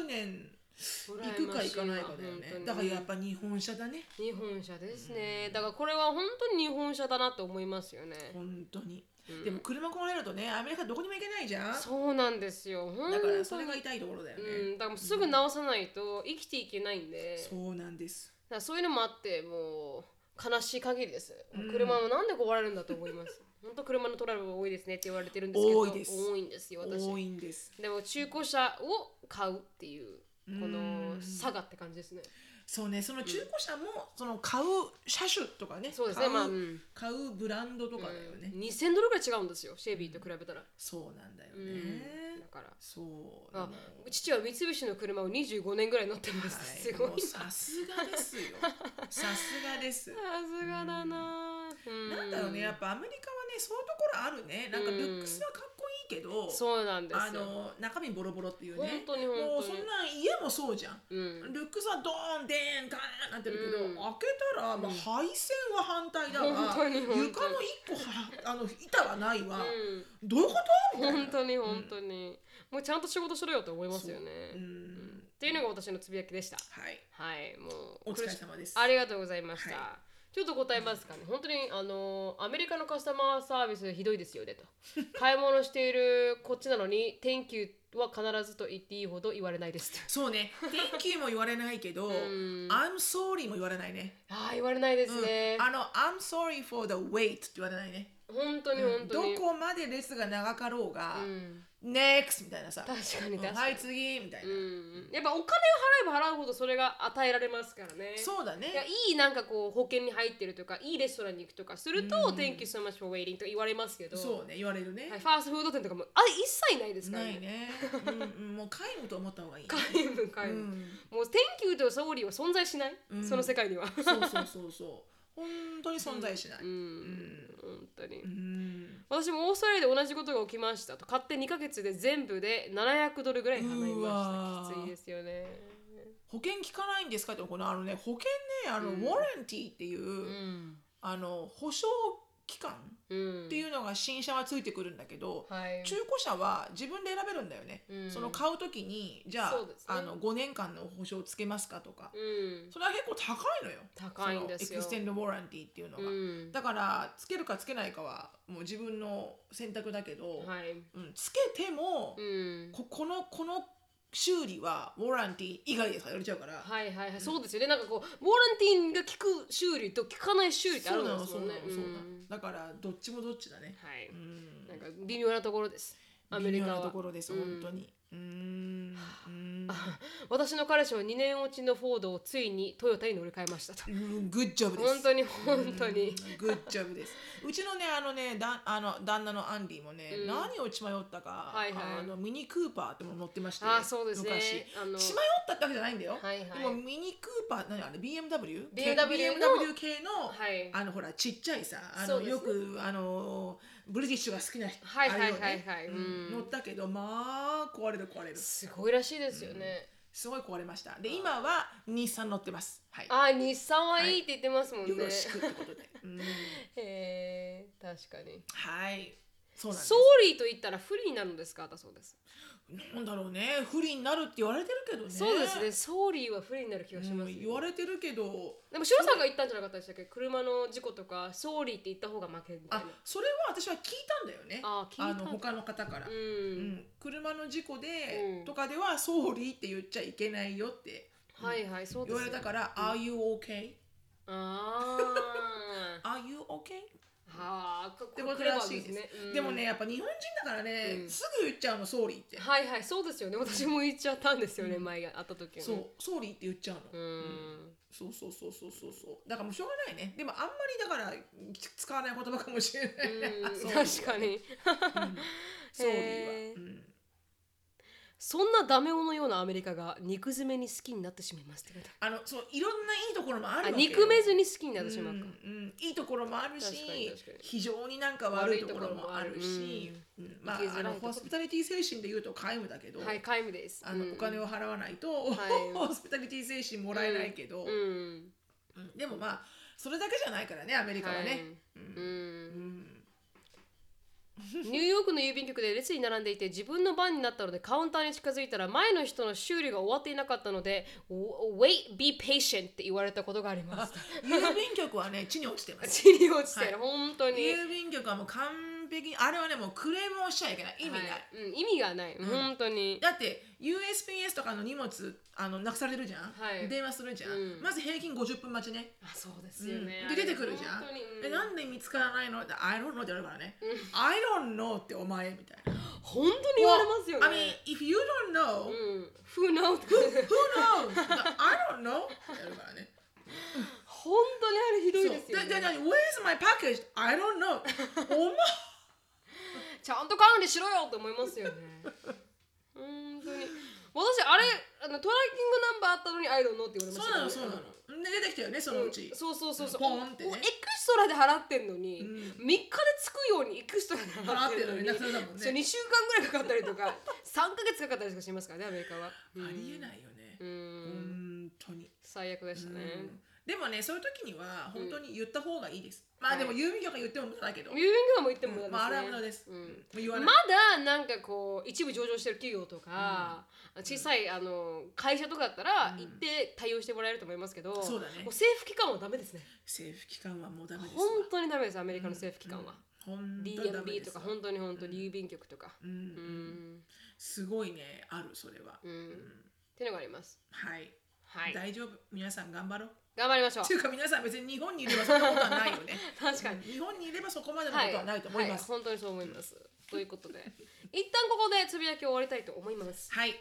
年行くか行かないかだよね、だからやっぱ日本車だね日本車ですね、だからこれは本当に日本車だなって思いますよね、本当に、うんでも車壊れるとねアメリカどこにも行けないじゃんそうなんですよ本当だにからそれが痛いところだよね、うん、だからもうすぐ直さないと生きていけないんで、だかそうなんですらそういうのもあってもう悲しい限りです、うん車はなんで壊れるんだと思います 本当車のトラブルが多いですねって言われてるんですけど多いです多いんですよ私多いんですでも中古車を買うっていうこうのん差がって感じですね、そうねその中古車も、その買う車種とかねそうですね買う,、まあ、うん、買うブランドとかだよね、うん2000ドルぐらい違うんですよシェービーと比べたら、そうなんだよね、うん、だからそうあでも父は三菱の車を25年ぐらい乗ってます、すごいは、ないもうさすがで すよさすがですさすがだな、うんなんだろうねやっぱアメリカはねそういうところあるねなんかうんルックスはかっこいいけど、そうなんですよあの中身ボロボロっていう本ね当に本当にもうそんなん家もそうじゃん、うんルックスはドーンデーンガーンなってるけど、うん開けたら、まあ、配線は反対だわ、本当に本当に床の一個はあの板はないわ、うんどういうことみたいな本当に本当に、もうちゃんと仕事しろよと思いますよね、うっんていうのが私のつぶやきでしたはいはいもうお疲れ様ですありがとうございました、はちょっと答えますかね本当にあのアメリカのカスタマーサービスひどいですよねと 買い物しているこっちなのに「Thank you」は必ずと言っていいほど言われないですとそ うね「Thank you」も言われないけどん「I'm sorry」も言われないねああ言われないですね、あの「I'm sorry for the wait」って言われないね本当に本当に、どこまでレスが長かろうがう「ん NEXT」みたいなさ確かに確かに、うんはい次」みたいな、うんやっぱお金を払えば払うほどそれが与えられますからねそうだいやいねいなんかこう保険に入ってるとかいいレストランに行くとかすると「Thank you so much for waiting」とか言われますけどそうね言われるね、はい、ファーストフード店とかもあれ一切ないですからなねい ね、うんうん、もう皆無と思った方がいいね、皆無皆無、うんもう「Thank you」と「Sorry」は存在しない、んその世界にはそうそうそうそう本当に存在しない、ううんん本当に、うん私もオーストラリアで同じことが起きましたと買って2ヶ月で全部で700ドルぐらい払いうまわしたきーついですよね保険効かないんですかってこのあのね保険ねあの、うんウォレンティっていう、うんあの保証期間うんっていうのが新車はついてくるんだけど、はい中古車は自分で選べるんだよね、うんその買う時にじゃあ,、そうですねあの5年間の保証つけますかとか、うんそれは結構高いのよ高いんですよそのエクステンドウォランティっていうのが、うんだからつけるかつけないかはもう自分の選択だけど、はいうん、つけても、うんここのこの修理はウォランティ以外ですからやれちゃうから、はいはいはい、そうですよね。なんかこうボランティンが効く修理と効かない修理ってあそるうなんのですそもうんなねの。そううなの、んだからどっちもどっちだね、はい、うんなんか微妙なところです。アメリカ微妙なはところです、うん本当にうーんうん私の彼氏は2年落ちのフォードをついにトヨタに乗り換えましたと。うんグッジョブです本当に本当に。うんグッジョブですうちのねあのねだあの旦那のアンディもね、うん何を血迷ったか、はいはいあのミニクーパーってもの乗ってましてあーそうですね昔あの血迷ったってわけじゃないんだよ、はいはいでもミニクーパー何あれ BMW?BMW BMW 系の、はいあのほらちっちゃいさあそうの、ですねよくあのブリティッシュが好きな人、はいはいはいはいあれよねうんうん乗ったけどまあ壊れる壊れるすごいらしいですよね。すごい壊れましたで今は日産乗ってますはいあー日産はいいって言ってますもんね。よろしくってことで、うんへえ確かに。はいそうなんですソーリーと言ったら不利になるんですかだそうです。なんだろうね不利になるって言われてるけどねそうですね。ソーリーは不利になる気がしうまんす、ね。言われてるけどでも白さんが言ったんじゃなかったでしたっけ車の事故とか総理って言った方が負けみたいあなそれは私は聞いたんだよねあ聞いたんだの他の方から、うん、うん車の事故で、うんとかでは「総理」って言っちゃいけないよってはいはいそうで言すわれたからら「Are you okay? あ Are you okay?」ーはあこってことらしいですクレバうんでもねやっぱ日本人だからね、うんすぐ言っちゃうの「総理」って、はいはいそうですよね私も言っちゃったんですよね、前会った時もそう「総理」って言っちゃうの、ううんそうそうそうそうそうそうだからもうしょうがないねでもあんまりだから使わない言葉かもしれ ない、うんあそう確かにうん、総理は、へーうん、そんなダメ男のようなアメリカが憎ずめに好きになってしまいますって書いてあのそういろんないいところもああるるあわけよ憎めずに好きになってしまうか、うんうんいいところもあるし確かに確かに非常になんか悪いところもあるし、うんまあ行きづあらいのとこホスピタリティ精神でいうと皆無だけど、はい皆無ですあのお金をを払わないと、い ホスピタリティ精神もらえないけど、うんうんでもまあそれだけじゃないからねアメリカはね。ううんんうんニューヨークの郵便局で列に並んでいて自分の番になったのでカウンターに近づいたら前の人の修理が終わっていなかったので「Wait, be patient」って言われたことがあり ます。郵便局はね地に落ちて ます。地に落ちてる、はい本当に。郵便局はもう完璧にあれはねもうクレームをしちゃいけない意味ない。はいうん、意味がない、ん本当に。だって USPS とかの荷物あのなくされるじゃん、はい電話するじゃん、うんまず平均50分待ちね、あそうでうすよんね。で出てくるじゃん本当に、う、んえなんで見つからないのって「I don't know」ってやるからね「うん I don't know」ってお前みたいな本当 に言われますよ I mean ね。 if you don't know、う who ん、Who knows? knows I don't know ってやるからね本当にあれひどいそうですよ、ででね。何 Where's my package I don't know お前ちゃんと管理しろよって思いますよね。本当に。私あれあのトラッキングナンバーあったのにアイドルのって言 われまそしうたなよのねそうなので出てきたよねそのうち、そうそうそうそう、ポンってねおエクストラで払ってんのに、うん3日でつくようにエクストラで払払っっててるるののににねそれだもんそうね2週間ぐらいかかったりとか3か月かかったりとかしますからねアメリカは、うんありえないよねう、ん本当に最悪でしたね、うんでもねそういう時にはうん本当に言った方がいいです、まはあいでも郵便局が言っても無駄だけど、郵便局も言っても無駄ですね、まああれは無駄です、うんもう言わまない、だなんかこう一部上場してる企業とか、小さいあの会社とかだったらうん行って対応してもらえると思いますけど、そうだねもう政府機関はダメですね政府機関はもうダメですわ本当にダメですアメリカの政府機関は、、うん本当にダメ DMB でとすかわ本当に本当に郵便局とか、うんう、んすごいねあるそれは、うんうんっていうのがあります。はい、はい。大丈夫皆さん頑張ろう頑張りましょうって。いうか皆さん別に日本にいればそんなことはないよね 確かに。日本にいればそこまでのこはい。とはないと思いますは本当にそう思います。ということで、一旦ここでつぶやきを終わりたいと思います。はい、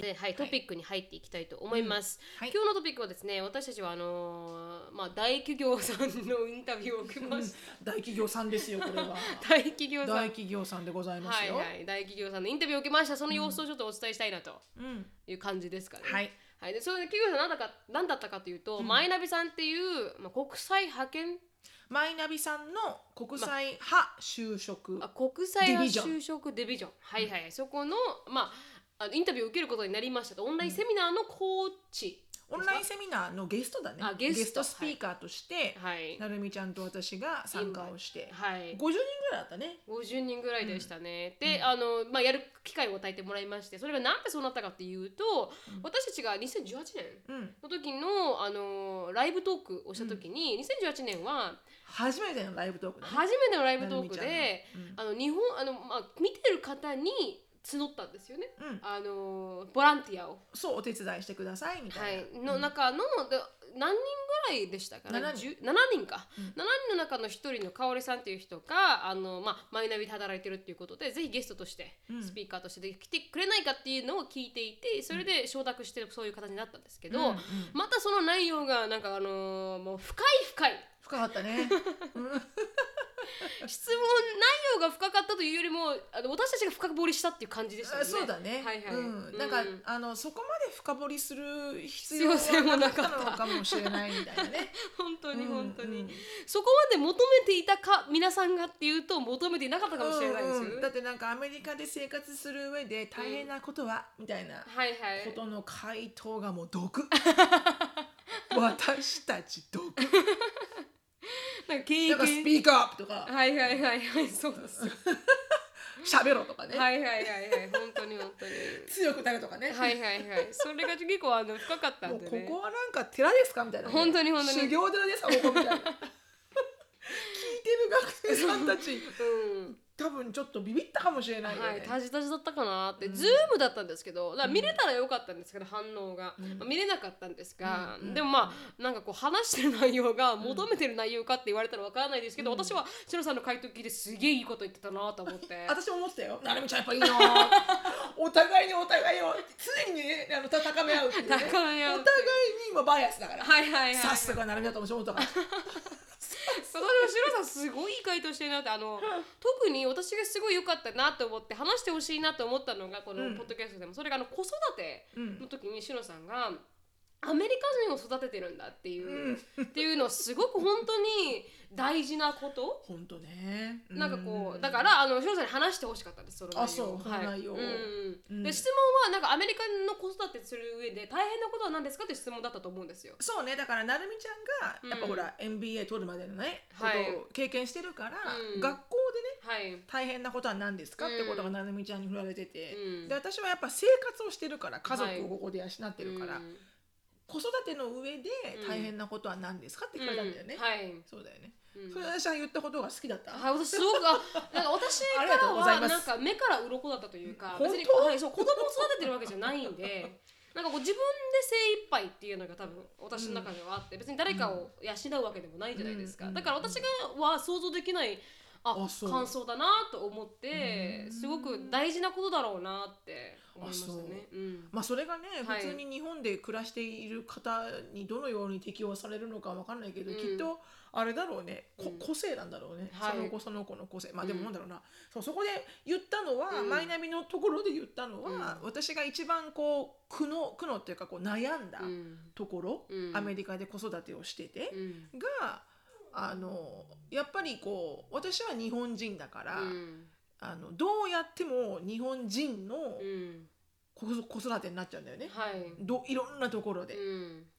で、はい、トピックに入っていきたいと思います。はい今日のトピックはですね、私たちはあのーまあ大企業さんのインタビューを受けまし大企業さんですよこれはた。 大企業さん。大企業さんでございますはいよ、はい、大企業さんのインタビューを受けました。その様子をちょっとお伝えしたいなとうんいう感じですかね。はいはい、でそれで企業さん何だか何だったかというと、マイナビさんっていう、まあ、国際派遣マイナビさんの国際派就職、あ国際ディビジョン就職ディビジョンはいはい、そこの,、まあ、あのインタビューを受けることになりましたとオンラインセミナーのコーチ、オンラインセミナーのゲストだねあゲストスピーカーとして、はい、なるみちゃんと私が参加をして、はい50人、ぐらいだったね50人ぐらいでしたね、で、あのまあ、やる機会を与えてもらいましてそれがなんでそうなったかっていうと、私たちが2018年うんの時のあのライブトークをした時に、2018年は初めてのライブトークだね初めてのライブトークなるみで、ちゃんのうんあの日本あの、まあ、見てる方に募ったんですよね、うんあのボランティアを。そうお手伝いしてくださいみたはいな、い、の中の、で何人ぐらいでしたかね7 7人人 ,7 人か、7人の中の1人のかおりさんという人があの、まあ、マイナビで働いてるっていうことでぜひゲストとしてうんスピーカーとしてで来てくれないかっていうのを聞いていてそれで承諾してそういう形になったんですけど、うんうんまたその内容がなんかあのーもう深い深い深かったね質問内容が深かったというよりもあの私たちが深掘りしたっていう感じ でしたよあね。そうだね、はいはいうん、なんか、うんあのそこまで深掘りする必要はなかったのかもしれないみたいなね本当に本当に、うんうんそこまで求めていたか皆さんがっていうと求めていなかったかもしれないですよね。うんうんだってなんかアメリカで生活する上で大変なことは、みたいなはいはい。ことの回答がもう 毒私たち毒なんか経なんかスピーカーアップとかはいはいはいはい、そうですよ。喋ろとかね、はいはいはいはい、本当に本当に。強くなるとかね、はいはいはい、それが結構あの深かったんもうでこね。こはなんか寺ですかみたいな、本当に本当に修行寺ですかこ こみたいな聞いてる学生さんたちうん、多分ちょっとビビったかもしれないよね、はい、タジタジだったかなって、うんズームだったんですけど、だから見れたらよかったんですけど、反応が、うんまあ見れなかったんですが、うんでもまあなんかこう話してる内容が求めてる内容かって言われたらわからないですけど、うん私はシロさんの回答聞いてすげえいいこと言ってたなと思 って。私も思ってたよ。なるみちゃんやっ ぱいいな。お互いにお互いを常にねあの高め合うっていうね。高め合うお互いに今バイアスだから。はいはいはい。さすがなるみだと私思ったから。まあでも白さんすごいいい回答してるなってあの特に私がすごい良かったなと思って話してほしいなと思ったのがこうのんポッドキャストでも、それがあの子育てうんの時に白さんがアメリカ人を育ててるんだっていうう、んっていうのはすごく本当に大事なこと本当ねなんかこう、だかららあのヒロさんに話してほしかったですその内容あそうはい、内容うんうんで質問はなんかアメリカの子育てする上で大変なことは何ですかって質問だったと思うんですよそうねだからなるみちゃんがやっぱほら、MBA 取るまでのねことはいを経験してるから、うん学校でねはい大変なことは何ですかってことうがんなるみちゃんに振られてて、うんで私はやっぱ生活をしてるから家族をここで養ってるから、うん子育ての上で大変なことは何ですかって聞かれたんだよね、うんはい、そうだよね、うんそれ私は言ったことが好きだった、はい、私すごくあなんか私かありがらとうございはますなんか目から鱗だったというか本当別にはい、そう子供を育ててるわけじゃないんで なんかこう自分で精一杯っていうのが多分私の中ではあって別に誰かを養うわけでもないじゃないですか、うんだから私がは想像できないああそう感想だなと思ってうんすごく大事なことだろうなって思いましたあそうね。うんまあそれがね、はい普通に日本で暮らしている方にどのように適用されるのかわかんないけど、うんきっとあれだろうね、こうん個性なんだろうね、はいその子その子の個性まあでうもんなんだろうな、そうそこで言ったのは、うんマイナビのところで言ったのは、うん私が一番こう苦悩苦悩っていうかこう悩んだうんところ、うんアメリカで子育てをしてて、うんがあのやっぱりこう私は日本人だから、うんあのどうやっても日本人のうん子子育てになっちゃうんだよね。はいどいろんなところで、うん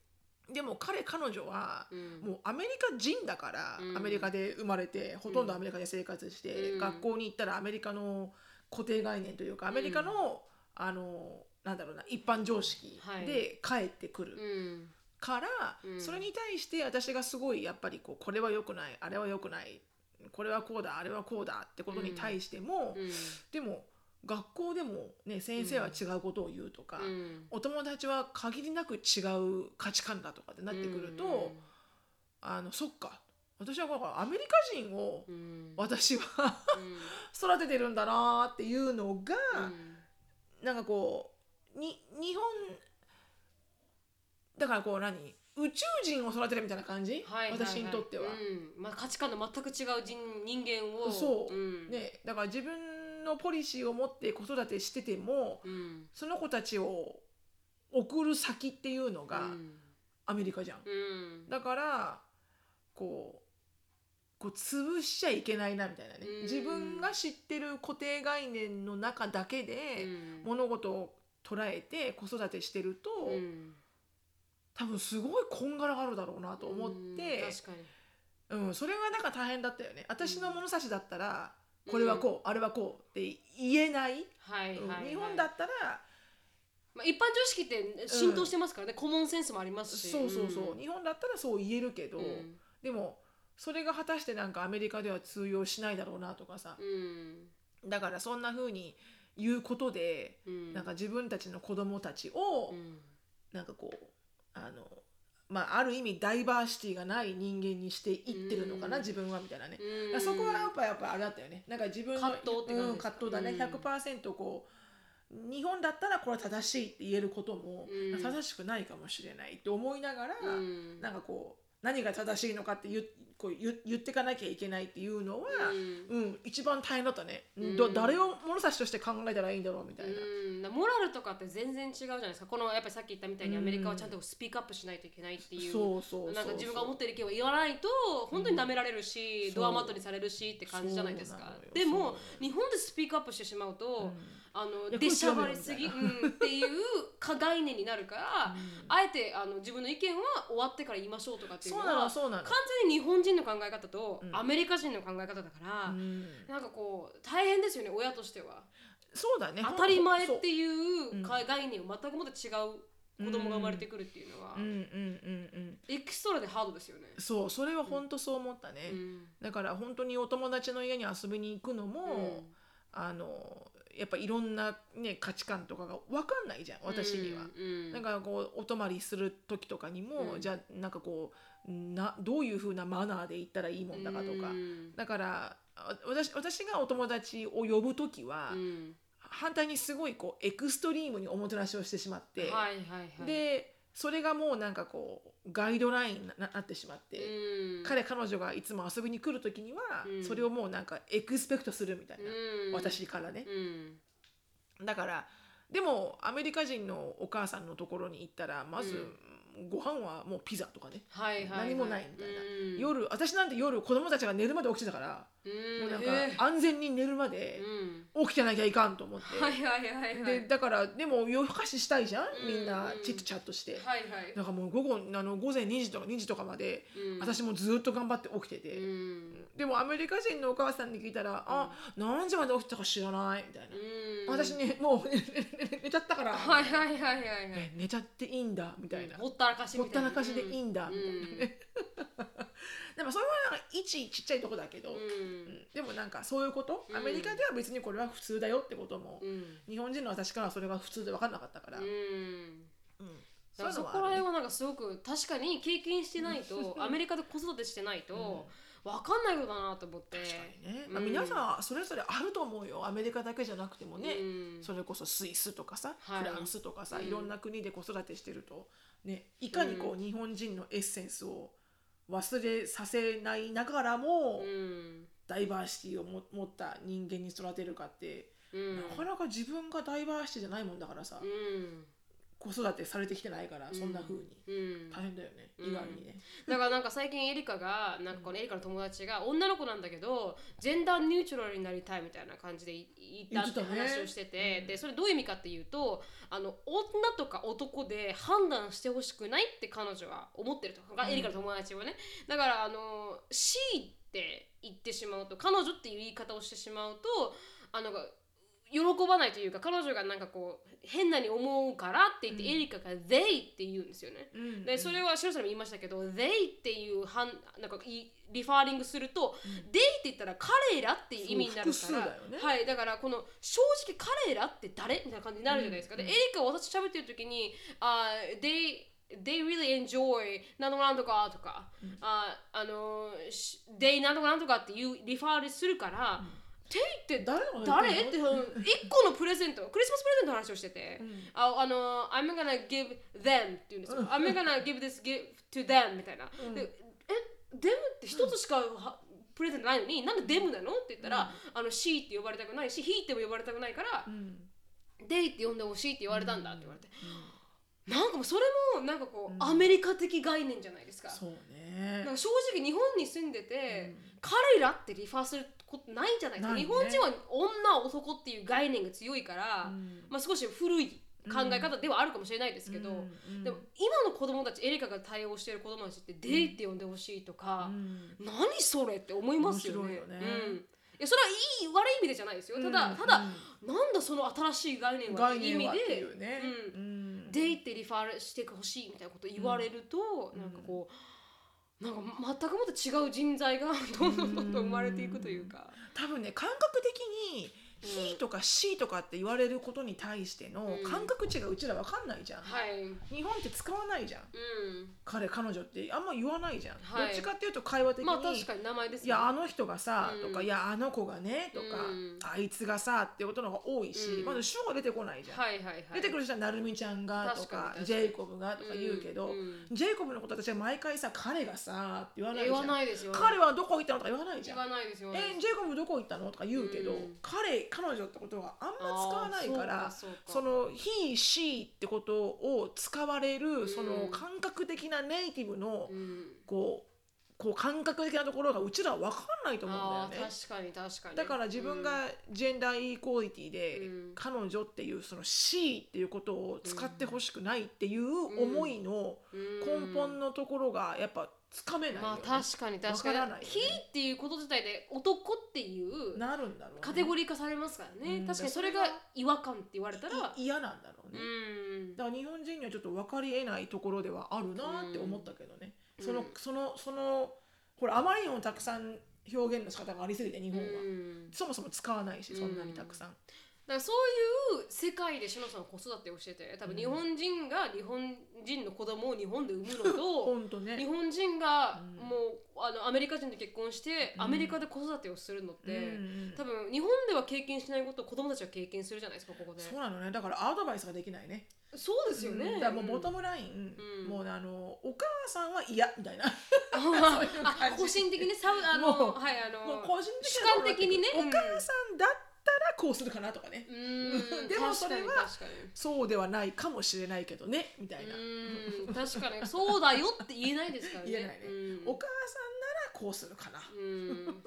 でも彼彼女はうんもうアメリカ人だから、うんアメリカで生まれてほとんどアメリカで生活して、うん学校に行ったらアメリカの固定概念というかアメリカの、あのなんだろうな一般常識はいで帰ってくるうんから、うんそれに対して私がすごいやっぱりこうこれは良くないあれは良くないこれはこうだあれはこうだってことに対しても、うんでも学校でも、ね、先生は違うことを言うとか。うんお友達は限りなく違う価値観だとかってなってくると、あのそっか私はだからアメリカ人をうんうん私はうん育ててるんだなーっていうのが、うんなんかこうに日本だからこう何宇宙人を育てるみたいな感じ、はいはいはい私にとっては、うんまあ、価値観の全く違う人人間をそうんね。だから自分のポリシーを持って子育てしててもうんその子たちを送る先っていうのがうんアメリカじゃんうんだからこうこう潰しちゃいけないなみたいなね、うん自分が知ってる固定概念の中だけうでん物事を捉えて子育てしてると、うん多分すごいこんがらがるだろうなと思ってうん、確かにうんそれがなんか大変だったよね私の物差しだったら、これはこうあれはこうって言えない、はいはい、はいうん日本だ、ったらまあ、一般常識って浸透してますからね、コモンセンスもありますしそうそうそう、ん日本だったらそう言えるけど、うんでもそれが果たしてなんかアメリカでは通用しないだろうなとかさ、うんだからそんな風に言うことで、うん、なんか自分たちの子供たちを、うんなんかこうあのまあある意味ダイバーシティがない人間にしていってるのかな、うん自分はみたいなね、うんだからそこはやっぱやっぱあれだったよねなんか自分の葛藤って感じですかうん、葛藤だね、うん100%こう日本だったらこれは正しいって言えることも、うん正しくないかもしれないって思いながら、うんなんかこう何が正しいのかって言こう言言ってかなきゃいけないっていうのは、うんうん、一番大変だったね、うんど誰を物差しとして考えたらいいんだろうみたいな、うん、だからモラルとかって全然違うじゃないですかこのやっぱりさっき言ったみたいにうアんメリカはちゃんとスピークアップしないといけないっていうそうそうそうなんか自分が思ってる意見を言わないと本当に舐められるし、うんドアマットにされるしって感じじゃないですそうなかのよでそうなのもよ日本でスピークアップしてしまうと、あいのや出しゃばりすぎ、こうんっていう過概念になるから、あえてあの自分の意見は終わってから言いましょうとかっていうそのうなはのそうなの完、全に日本人の考え方とうんアメリカ人の考え方だから、うんなんかこう大変ですよね親としては。そうだね当たり前っていいうそ概念を全くもって違う子供が生まれてくるっていうのはうんうんうんうんエクストラでハードですよね。そうそれは本当そう思ったね、うんだから本当にお友達の家に遊びに行くのも、あのやっぱいろんな、ね、価値観とかが分かんないじゃん私には、うんなんかこうお泊まりする時とかにも、うんじゃあなんかこうなどういう風なマナーで行ったらいいもんだかとか、うんだからあ私私がお友達を呼ぶ時は、うん反対にすごいこうエクストリームにおもてなしをしてしまって、はいはいはい。でそれがもうなんかこうガイドラインにななってしまって、うん、彼彼女がいつも遊びに来る時には、うんそれをもうなんかエクスペクトするみたいな、うん、私からねう、んだからでもアメリカ人のお母さんのところに行ったらまず、ご飯はもうピザとかね、はいはいはい、何もないみたいなうん、夜私なんて夜子供たちが寝るまで起きてたから、うん、もうなんかえ安全に寝るまえでうん、起きてなきゃいかんと思って、はいはいはいはいでだからでも夜更かししたいじゃんうんみんなうんチッチャッとして、はいはい、なんかもう午後あの午前2時とか2時とかまで、うん、私もずっと頑張って起きてて、うんでもアメリカ人のお母さんに聞いたら「あ何時まで起きたか知らない」みたいなう「ん、私ねもう 寝ちゃったから」はいはいはいはいはい、ね寝ちゃっていいんだ」みたいな「ほったらかしほみったたいならかしでいいんだ」みたいな、でもそれはなんか一ちっちゃいとこだけど、うんうんでもなんかそういうこと、うんアメリカでは別にこれは普通だよってことも、うんうん日本人の私からはそれが普通で分かんなかったから、うんうんだからそこらある辺はなんかすごく確かに経験してないとアメリカで子育てしてないとわかんないことだなと思って確かにね、まあ、うん皆さんそれぞれあると思うよアメリカだけじゃなくてもね、うんそれこそスイスとかさ、はいフランスとかさ、うんいろんな国で子育てしてると、ね、いかにこう日本人のエッセンスを忘れさせないながらも、うんダイバーシティをも持った人間に育てるかって、うんなかなか自分がダイバーシティじゃないもんだからさ、うん子育てされてきてないからそんな風に、うん大変だよねうん意外にね。 だからなんか最近エリカがなんかこのエリカの友達が女の子なんだけどジェンダーニュートラルになりたいみたいな感じでい言ったって言ってたね話をしててうんでそれどういう意味かっていうとあの女とか男で判断してほしくないって彼女は思ってるとうんエリカの友達はねだからあの C って言ってしまうと彼女っていう言い方をしてしまうとあの喜ばないというか彼女がなんかこう変なに思うからって言って、うんエリカが「they」って言うんですよね。うんでそれは白さんも言いましたけど「they」っていうはんなんかいリファーリングすると「they」って言ったら「彼ら」っていう意味になるそかう複数らだよねはい、だからこの正直「彼ら」って誰みたいな感じになるじゃないですか、うんでエリカは私と喋ってる時に「あー they they really enjoy なんとかなんとか」とか「あーあのーし they なんとかなんとか」っていうリファールするから「they、って誰誰の誰ってその1個のプレゼントクリスマスプレゼントの話をしてて、うんああの「I'm gonna give them」って言うんですよ「I'm gonna give this gift to them」みたいな、うんでえ「them」って一つしかはプレゼントないのになんで「them」なのって言ったら「あの she」って呼ばれたくないし「he」っても呼ばれたくないからうん「they」って呼んでほしいって言われたんだって言われて、うんなんかもうそれもなんかこう、うんアメリカ的概念じゃないですか。そうなんねか正直日本に住んでて、うん彼らってリファーすることないんじゃないですか、ない日ね本人は女男っていう概念が強いから、うんまあ、少し古い考え方ではあるかもしれないですけど、うんうんでも今の子供たちエリカが対応してる子供たちって「デイ」って呼んでほしいとか、うん何それって思いますよね。面白いよねうん、いやそれはいい悪い意味でじゃないですよ。ただ、うんただなんだその新しい概う念んはっ概ていう念意はっ味てでいうねうう「んデイ」ってリファールしてほしいみたいなこと言われると、うんなんかこうなんか全くまた違う人材がどんどんどんどん生まれていくというか。多分ね感覚的に「うん he」とか「she」とかって言われることに対してのうん感覚値がうちら分かんないじゃんはい、うん日本って使わないじゃん彼彼女ってあんま言わないじゃんどはいっちかっていうと会話的まあ確にかに名前ですいやあのの人がさ、うんとかいやあの子がねとか、うんあいつがさってことの方が多いし、うんまず主語出てこないじゃん、はいはいはい、出てくる人はなるみちゃんがと確かにか確かにジェイコブがとか言うけど、んんジェイコブのこと私は毎回さ彼がさって言わないじ言ゃわんないですよ彼はどこ行ったのとか言わないじゃ言んわないですよえジェイコブどこ行ったのとか言うけど、うん彼彼女ってことはあんま使わないからあーそうかそそうかの「he」「she」ってことを使われる、んその感覚的なネイティブのうんこうこう感覚的なところがうちらは分かんないと思うあんだーよね。確かに確かにだから自分がジェンダーイコーリティで、うん彼女っていうその「she」っていうことを使ってほしくないっていう思いの根本ののところがやっぱつかめないよ、ねまあ確かに確かにわからないよね he っていうこと自体で男っていうなるんだろう、ね、カテゴリー化されますからねうん確かにそれが違和感って言われたらい嫌なんだろううね。んだから日本人にはちょっと分かりえないところではあるなって思ったけどね、うんそのうんそのそのほらあまりにもたくさん表現の仕方がありすぎて日本は、うんそもそも使わないしそんなにたくさん、だからそういう世界でしのさんの子育てをしてて多分日本人が日本人の子供を日本で産むの と、本当日ね本人がうんもうあのアメリカ人と結婚してうんアメリカで子育てをするのって、うん多分日本では経験しないことを子供たちは経験するじゃないですかここでそうなのねだからアドバイスができないねそうですよね、うんだからもう ボトムライン、もうあのお母さんは嫌みたいな、そういう感あじ個人的にさあのもうはいあのもう個人的主なと観ころだけ的にねどお母さんだったらこうするかなとかね、うんでもそれは確かにそうではないかもしれないけどねみたいな、確かにうん確かにそうだよって言えないですからね 言えないねうんお母さんならこうするかな、うん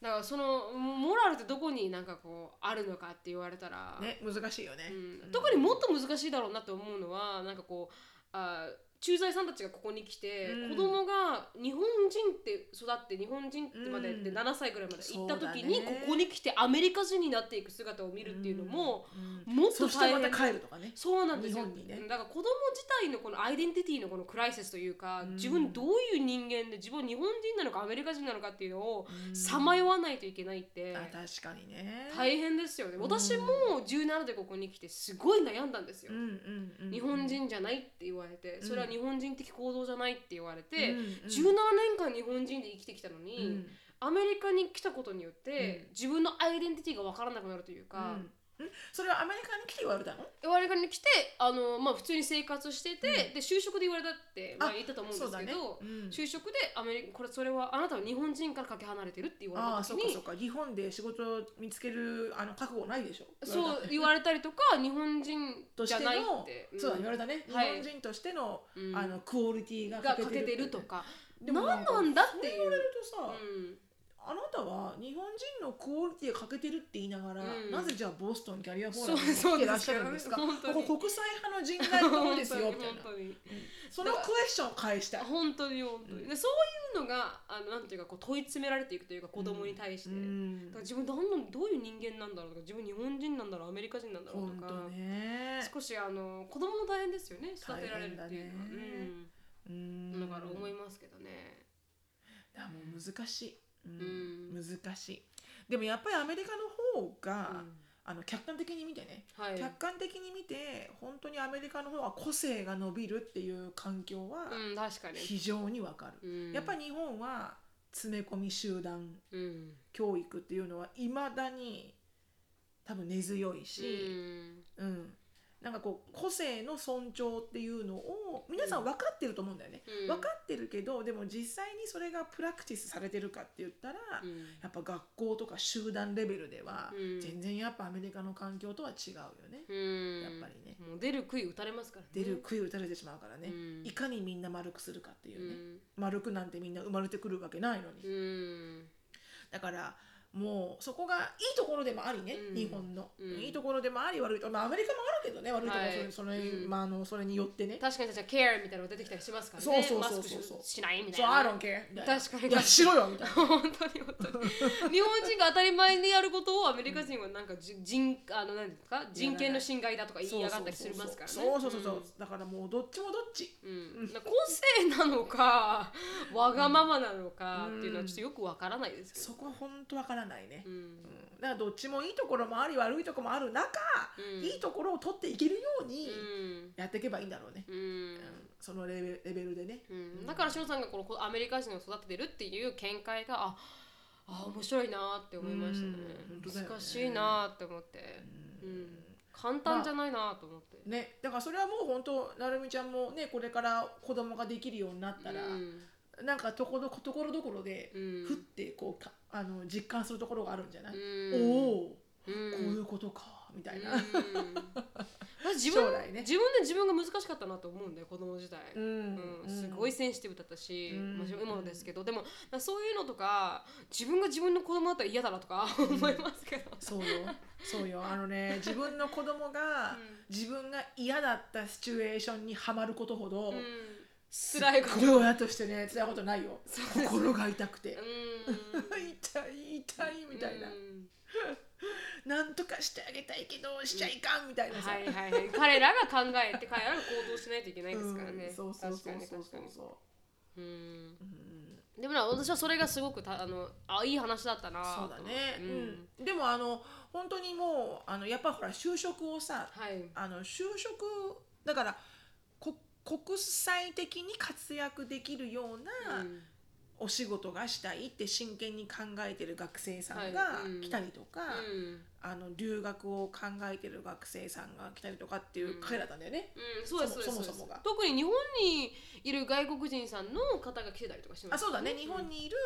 だからそのモラルってどこになんかこうあるのかって言われたら、ね難しいよね、うん特にもっと難しいだろうなと思うのはなんかこうあ駐在さんたちがここに来て、うん子供が日本人って育って日本人ってまでってうん7歳ぐらいまで行った時そに、うだこねこに来てアメリカ人になっていく姿を見るっていうのも、うん、もっとそして大ま変た帰るとかねそうなんですよ、日本にねだから子供自体のこのアイデンティティのこのクライシスというか、うん自分どういう人間で自分は日本人なのかアメリカ人なのかっていうのをさまよよわないといけないってあ確かにね大変ですよねん私も17でここに来てすごい悩んだんですようん、うんうん、日本人じゃないって言われてうんそれは日本人的行動じゃないって言われて、うんうん17年間日本人で生きてきたのに、うんアメリカに来たことによって、うん自分のアイデンティティが分からなくなるといううか、んんそれはアメリカに来て言われたの言われに来てあの、まあ、普通に生活してて、うでん就職で言われたって、まあ、あ言ったと思うんですそうだけねど、うん就職でアメリカこれそれはあなたは日本人からかけ離れてるって言あわれあたそ時っかにそっか日本で仕事を見つけるあの覚悟ないでしょそう言われたりとか日本人としじゃてないっのて、そうだん言われたね、はい日本人としての,、うんあのクオリティがが欠けてるとかかでも何ななんんかだってい言われう。るとさ、うんあなたは日本人のクオリティが欠けてるって言いながら、うんなぜじゃあボストンキャリアフォーそラうそうムに来てでらっしすゃよるんですか本当にここ国際派の人材のところですよみたいな本当にそのクエスチョンを返したい、本当に本当に本当にうんでそういうのがあのなんていうかこう問い詰められていくというか子供に対して、うだんから、自分どんなんどういう人間なんだろうとか自分日本人なんだろうアメリカ人なんだろうと本か当、ね少しあの子供も大変ですよね育てられるっていうのは大変うんうん、だから思いますけどねだからもう難しい、うん難しいでもやっぱりアメリカの方が、あの客観的に見てね、うんはい客観的に見て本当にアメリカの方は個性が伸びるっていう環境はうん確かに、非常にわかる、うん、やっぱり日本は詰め込み集団り、うん教育っていうのはいまだに多分根強いし、うんなんかこう個性の尊重っていうのを皆さん分かってると思うんだよね、うん分かってるけどでも実際にそれがプラクティスされてるかって言ったら、うんやっぱ学校とか集団レベルではうん全然やっぱアメリカの環境とは違うよね、うん、やっぱりねもう出る杭打たれますからね出る杭打たれてしまうからね、うんいかにみんな丸くするかっていうね、うん丸くなんてみんな生まれてくるわけないのに、うんだからもうそこがいいところでもありね、うん日本の、うんいいところでもあり悪いところ、まあ、アメリカもあるけどね悪いところ、はいそれそれうんまあ、あのそれによってね確かにじゃあケアみたいなのが出てきたりしますからねそうそうマそスうクそうししないみそたういアなーロン系確かにいやしろよみたいな本当に本当に日本人が当たり前にやることをアメリカ人はなんかじ人あの何ですか人権の侵害だとか言いやがったりしますからねそうそうそうそう、だからもうどっちもどっちうんうん、個性なのかわがままなのかっていうのはちょっとよくわからないですけそこ本当わからないね、ど、うんうんだからどっちもいいところもあり悪いところもある中、うんいいところを取っていけるようにうんやっていけばいいんだろうね、ううんんそのレベレベルでね、うん、だからしのさんがこのこアメリカ人を育ててるっていう見解がああ面白いなって思いましたねうん本当だよね難しいなって思って、うん簡単じゃないなと思って、ね、だからそれはもう本当なるみちゃんもねこれから子供ができるようになったら、うんなんかところところどころで、うんふってこうかあの実感するところがあるんじゃない、うんおうんお、こういうことかみたいな、うん私自将分来ね自分で自分が難しかったなと思うんだよ子供時代、うんうんすごいセンシティブだったし、うんまあ、今もですけどでもまあそういうのとか自分が自分の子供だったら嫌だなとか 思いますけど、そうよそうよあのね自分の子供が、うん自分が嫌だったシチュエーションにはまることほど、うんす辛いことれ親としてね辛いことないよそうです心が痛くて、うん痛い痛いみたいうな、んなんとかしてあげたいけどしちゃいかんみたいなさ、はいはいはい 彼らが考えて彼らが行動しないといけないですからね、うんそうそうそう確かにそう確そかうにそううんうんでもな私はそれがすごくたあのあいい話だったなそうだね、ううんんでもあの本当にもうあのやっぱりほら就職をさはいあの就職だからこ国際的に活躍できるようなうんお仕事がしたいって真剣に考えてる学生さんはがいうん来たりとか、うんあの留学を考えてる学生さんが来たりとかっていう彼らだったんだよね。うん、そうですそそもうですそそうもそもですが特に日本にいる外国人さんの方が来てたりとかしまあすそうだね日本にいる、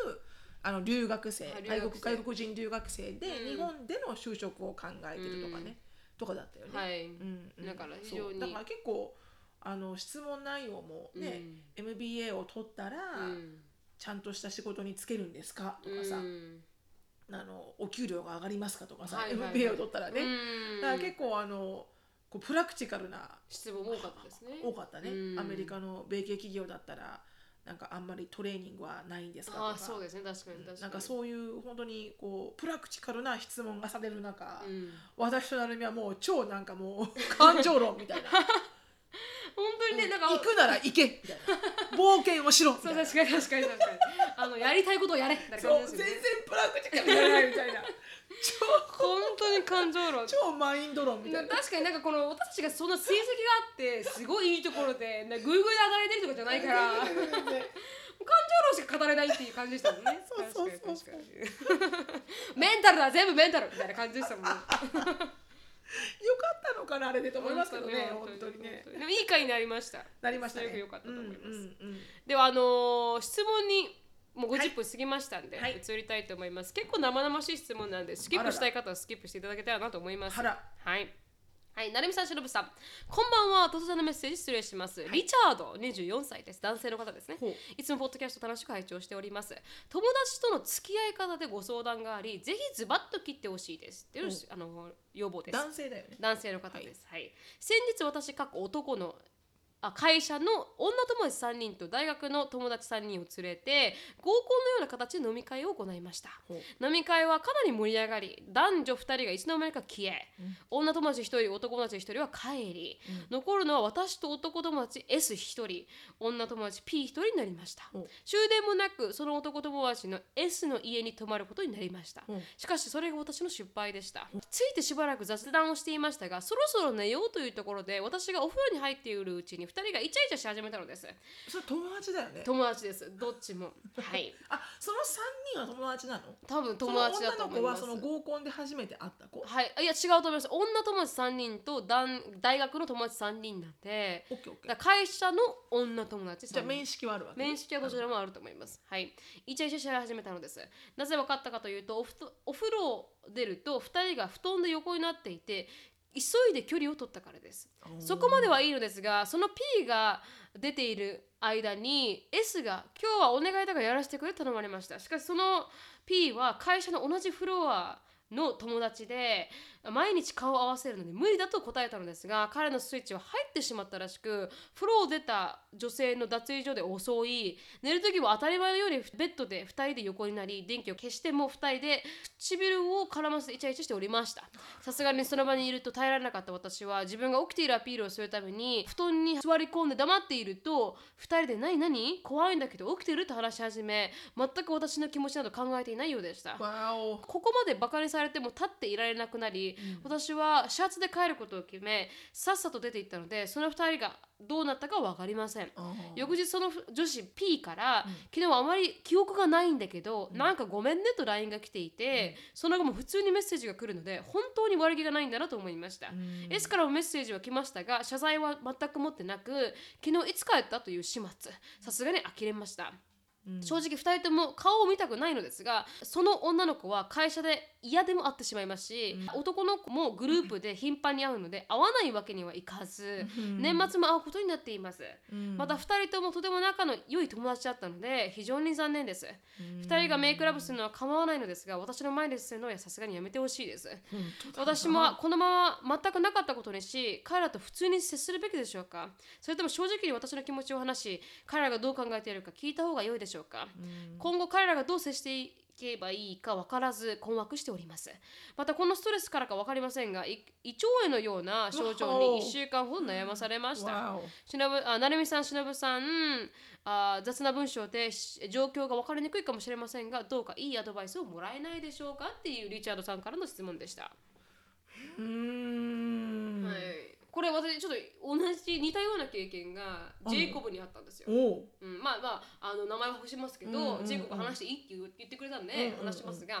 あの留学生はい外留学生国外国人留学生で、うん日本での就職を考えてるとかね、うんとかだったよね。はい、うんうんだから非そう常にだから結構あの質問内容もね、MBA を取ったら、うんちゃんとした仕事に就けるんですかとかさ、うんあのお給料が上がりますかとかさ、はいはいはい MBA を取ったらね、うんだから結構あのこうプラクティカルな質問多かったですね多かったね、うんアメリカの米系企業だったらなんかあんまりトレーニングはないんですかとあかあそうですね確かに確かになんかそういう本当にこうプラクティカルな質問がされる中、うん私となるみはもう超なんかもう感情論みたい な本当にね、なんか行くなら行けみたいな冒険をしろみたそういな確かに確かに確かにあのやりたいことをやれみたいなそう感じ全です然よねプラクティカルじゃないみたいな本当に感情論 超超マインド論みたいな確かになんかこの私たちがそんな成績があってすごいいいところでなグーグーで働いてるとかじゃないから感情全然全然論しか語れないっていう感じでしたもんねそうそうそう確かに確かにメンタルだ全部メンタルみたいな感じでしたもんねよかったのかなあれでと思いますけどね本当にねでもいい回になりましたなりましたすごくね良かったと思いますうんうんうんではあのー質問にもうはい50分過ぎましたんで、はい移りたいと思います結構生々しい質問なんでスキップしたい方はスキップしていただけたらなと思いますあらはいはい、なるみさん、しのぶさん、こんばんは。突然のメッセージ失礼します。リチャード、24歳です。男性の方ですねほう。いつもポッドキャスト楽しく拝聴しております。友達との付き合い方でご相談があり、ぜひズバッと切ってほしいです。っていうあの要望です。男性だよね男性の方です、はい先日私過去男のあ会社の女友達3人と大学の友達3人を連れて合コンのような形で飲み会を行いましたほう飲み会はかなり盛り上がり男女2人がいつの間にか消え、女友達1人男友達1人は帰り、残るのは私と男友達 S1 人女友達 P1 人になりましたほう終電もなくその男友達の S の家に泊まることになりました、うんしかしそれが私の失敗でしたついてしばらく雑談をしていましたがそろそろ寝ようというところで私がお風呂に入っているうちに2人がイチャイチャし始めたのですそれ友達だよね友達ですどっちもはいあその三人は友達なの多分友達だと思いますその女の子はその合コンで初めて会った子はい、あいや違うと思います女友達3人と男大学の友達3人なんでオッケーオッケだーから会社の女友達3人じゃあ面識はあるわけね面識はどちらもあると思います。はい。イチャイチャし始めたのです。なぜ分かったかというと、おふとお風呂を出ると、2人が布団で横になっていて、急いで距離を取ったからです。あーそこまではいいのですが、その P が出ている間に S が今日はお願いだからやらせてくれと頼まれました。しかしその P は会社の同じフロアの友達で毎日顔を合わせるので無理だと答えたのですが彼のスイッチは入ってしまったらしくフローを出た女性の脱衣所で襲い寝る時も当たり前のようにベッドで2人で横になり電気を消しても2人で唇を絡ませてイチャイチャしておりましたさすがにその場にいると耐えられなかった私は自分が起きているアピールをするために布団に座り込んで黙っていると2人で「何何怖いんだけど起きてる?」と話し始め全く私の気持ちなど考えていないようでしたわおここまでバカにされても立っていられなくなり、私はシャツで帰ることを決めさっさと出て行ったのでその2人がどうなったかは分かりませんあー翌日その女子 P から、昨日はあまり記憶がないんだけど、なんかごめんねと LINE が来ていて、その後も普通にメッセージが来るので本当に悪気がないんだなと思いました、ん S からもメッセージは来ましたが謝罪は全く持ってなく昨日いつ帰ったという始末さすがに呆れましたうん正直2人とも顔を見たくないのですがその女の子は会社で嫌でも会ってしまいますし、男の子もグループで頻繁に会うので会わないわけにはいかず、うん年末も会うことになっています、うんまた2人ともとても仲の良い友達だったので非常に残念です、2人がメイクラブするのは構わないのですが私の前でするのはさすがにやめてほしいです本当だ私もこのまま全くなかったことにし彼らと普通に接するべきでしょうかそれとも正直に私の気持ちを話し彼らがどう考えているか聞いた方が良いでしょうか、今後彼らがどう接してけばいいか分からず困惑しておりますまたこのストレスからか分かりませんがい胃腸炎のような症状に1週間ほど悩まされました、わおしのぶあなるみさん、しのぶさん、あ雑な文章でし状況が分かりにくいかもしれませんが、どうかいいアドバイスをもらえないでしょうかっていうリチャードさんからの質問でした。うーん、はい、これ私ちょっと同じ似たような経験があジるェイコブにあったんですよ。おううん、まあまああの名前は隠しますけど、うんうんうんジェイコブ話していいって言う言ってくれたんで、うんうんうん話しますが、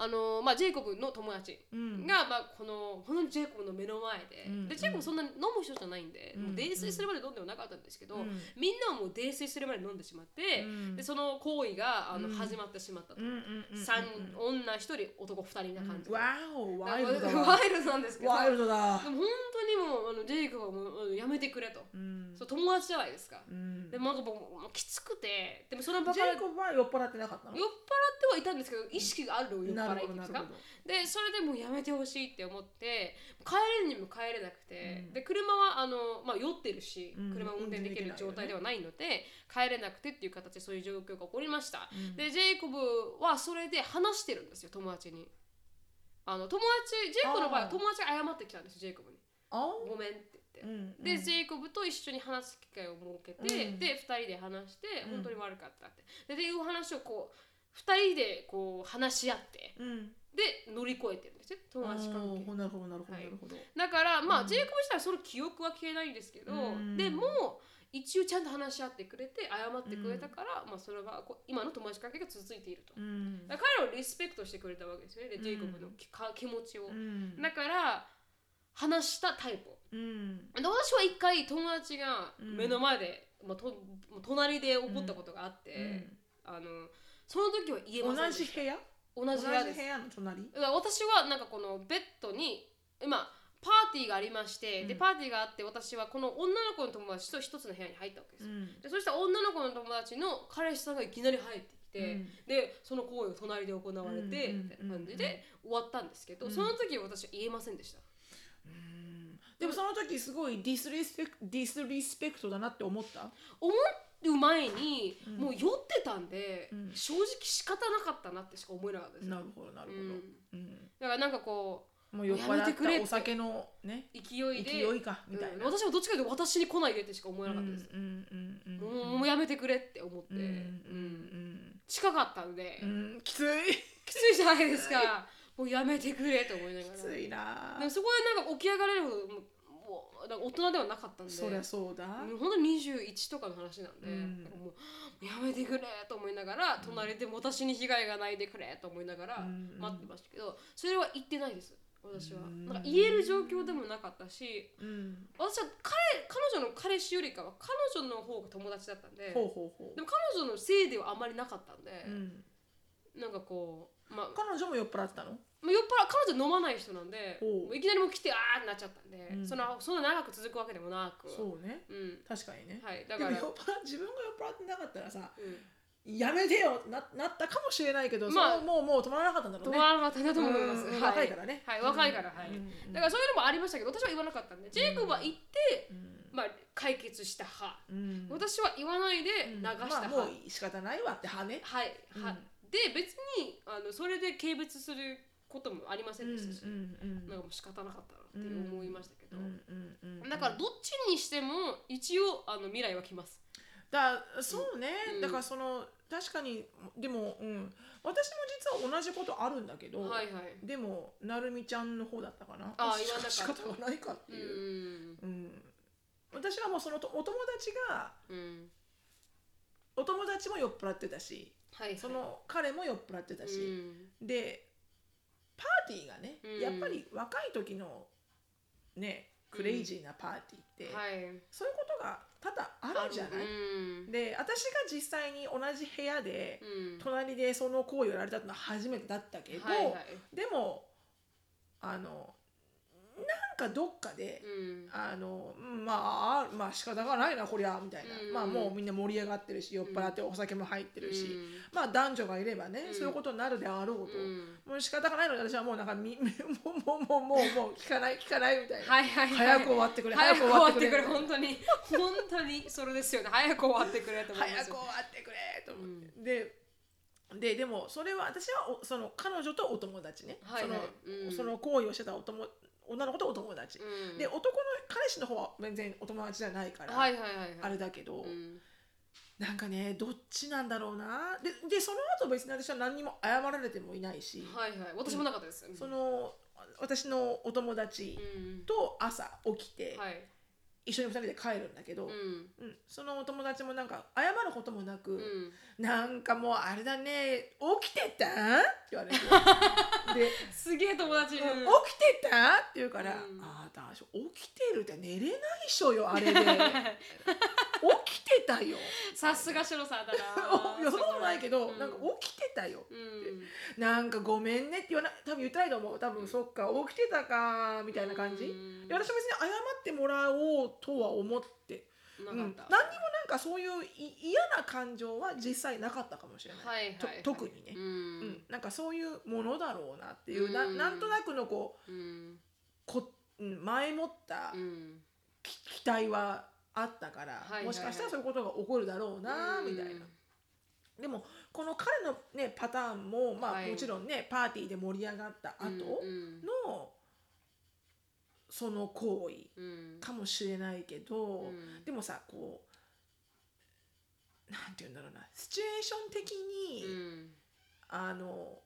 あのまあ、ジェイコブの友達うんが、まあ、このこのジェイコブの目の前で,、うんうんでジェイコブそんなに飲む人じゃないんで、もう泥酔するまで飲んではなかったんですけど、うんみんなはもう泥酔するまで飲んでしまって、うんでその行為があの、うん始まってしまったと、うんうんうんうん三女一人男二人な感じ、うんわおワイルドだワイルドなんですけどワイルドだでも本当にもうあのジェイクはもうあのやめてくれと、うんそう友達じゃないですか、うんジでもなんか僕もうきつくてでもその場からェイ酔っコブは酔っ払ってなかったの払ってはいたんですけど意識があるのを酔っな払るいほっていどうんでなするかほどでそれでもうやめてほしいって思って帰れるにも帰れなくて、うんで車はあの、まあ、酔ってるしうん車を運転できる状態ではないので、帰れなくてっていう形でそういう状況が起こりました、うんでジェイコブはそれで話してるんですよ友達にあの友達ジェイコブの場合はあー友達が謝ってきたんですよジェイコブにあ「ごめん」って言って。うんで、ジェイコブと一緒に話す機会を設けて、うんで2人で話してうん本当に悪かったって、ででいう話をこう2人でこう話し合ってうんで乗り越えてるんですよ友達関係あーなるほどなるほどはないるほどだからまあ、うんジェイコブ自体はその記憶は消えないんですけど、うんでも一応ちゃんと話し合ってくれて謝ってくれたから、まあそれはこう今の友達関係が続いていると、うんだから彼をリスペクトしてくれたわけですよねでうんジェイコブのきか気持ちをう、んだから話したタイプうんで私は一回友達が目の前で、まあ、ともう隣で起こったことがあって、あのその時は言えうまんせんで同しじ部屋た同じ部屋です部屋の隣だから私はなんかこのベッドに今パーティーがありまして、でうんパーティーがあって私はこの女の子の友達と一つの部屋に入ったわけですよ、んでそしたら女の子の友達の彼氏さんがいきなり入ってきて、うんでその行為を隣で行われてみたいうんな感じで終わったんですけど、うんその時は私は言えませんでした、うんでもその時すごいディスリスペクディスリスペクトだなって思った思う前に、うんもう酔ってたんで、うん正直仕方なかったなってしか思えなかったですなるほどなるほどうんうんだからなんかこもう酔っやめ払てくれっってたお酒のねう勢いで勢いかみたいなうん私はどっちかというと私に来ないでってしか思えなかったです、うんうんうんもうんうもうやめてくれって思って、うんううんん近かったんで、うんうんきついきついじゃないですかもうやめてくれと思いながきらついなでもそこでなんか起き上がれるほどもうもうなんか大人ではなかったんでそりゃそうだもうほんと21とかの話なんで、うんなんかもうやめてくれと思いながら隣で私に被害がないでくれと思いながらうん待ってましたけどそれは言ってないです私はうんなんか言える状況でもなかったしうん私は彼彼女の彼氏よりかは彼女の方が友達だったんでほうほうほでも彼女のせいではあんまりなかったんで、ううんなんかこう、まあ、彼女も酔っ払ってたのまあ酔っ払彼女飲まない人なんでほうもういきなりもう来てあーってなっちゃったんで、うんそのそんな長く続くわけでもなくそうねうん確かにねはい、だでかもら酔っ、払自分が酔っ払ってなかったらさうんやめてよななったかもしれないけどまあそのもうもう止まらなかったんだろう止ねまらなかったなと思います。うんうんは若いからねはい、若いから、はい。うんだからそういうのもありましたけど、私は言わなかったんで、ジェイコブは言って、うんまあ、解決した派。うん私は言わないで流したまあ派。もう仕方ないわってはねはい、うんはで、別にあのそれで軽蔑することもありませんでしたし、んなんかもう仕方なかったなって思いましたけど。うんだからどっちにしても一応あの未来は来ます。だそうね、うんだからその確かにでも、うん、私も実は同じことあるんだけど、はいはい。でもなるみちゃんの方だったかなあー言わなかった仕方がないかってういう、ん。うん私はもうそのとお友達がうん。お友達も酔っ払ってたしはい、はい。その彼も酔っ払ってうたし、ん。でパーティーがね、うんやっぱり若い時のねクレイジーなパーティーって、はい。そういうことが多々あるじゃない、うん。で私が実際に同じ部屋で、うん。隣でその行為をやられたのは初めてだったけど、はいはい。でもあのなんかどっかで、うん。あのまあまあ仕方がないなこりゃみたいな、うんまあもうみんな盛り上がってるし酔っ払ってお酒も入ってるし、うまあ男女がいればね、うんそういうことになるであろうと。んうんもう仕方がないので私はもうなんかみ もうもうもうもうもう聞かない聞かないみたいな、はいはいはい早く終わってくれ早く終わってくれ早く終わっ本て当に本当にそれですよね早く終わってくれと思いま早すく終よわってくれと思って、でででもそれは私はおその彼女とお友達ね、はいはいうんそのその行為をしてたお友女の子とお友達、うんで男の彼氏の方は全然お友達じゃないから、はいはいはいはいあれだけど、うんなんかねどっちなんだろうなででその後別に私は何にも謝られてもいないし、はいはい私もなかったですそのあ私のお友達うんと朝起きて、はい一緒に二人で帰るんだけど、ううんんそのお友達もなんか謝ることもなく、うんなんかもうあれだね起きてたんって言 われてですげえ友達起きうんてたって言うから、うんああだし起きてるって寝れないっしょよあ れで起きてたよさすがシロさんだ おないやそんなことないけど、うんなんか起きてたようんなんかごめんねって言わない多分言ってないと思う多分そっか起きてたかみたいな感じ、ういんや私も別に謝ってもらおうとは思って、なうん、か何っにもたなんかそういうい嫌な感情は実際なかったかもしれない、はいはいはいと特にね、うんうん、なんかそういうものだろうなっていう、なうんなんとなくのこううんこうん前もったうんき期待はあったから、いはいもしかしたらそういうことが起こるだろうな、みたいな。でもこの彼の、ね、パターンも、まあはいもちろんねパーティーで盛り上がった後うんの、うんその行為うんかもしれないけど、うんでもさこうなんて言うんだろうなシチュエーション的に、うんあの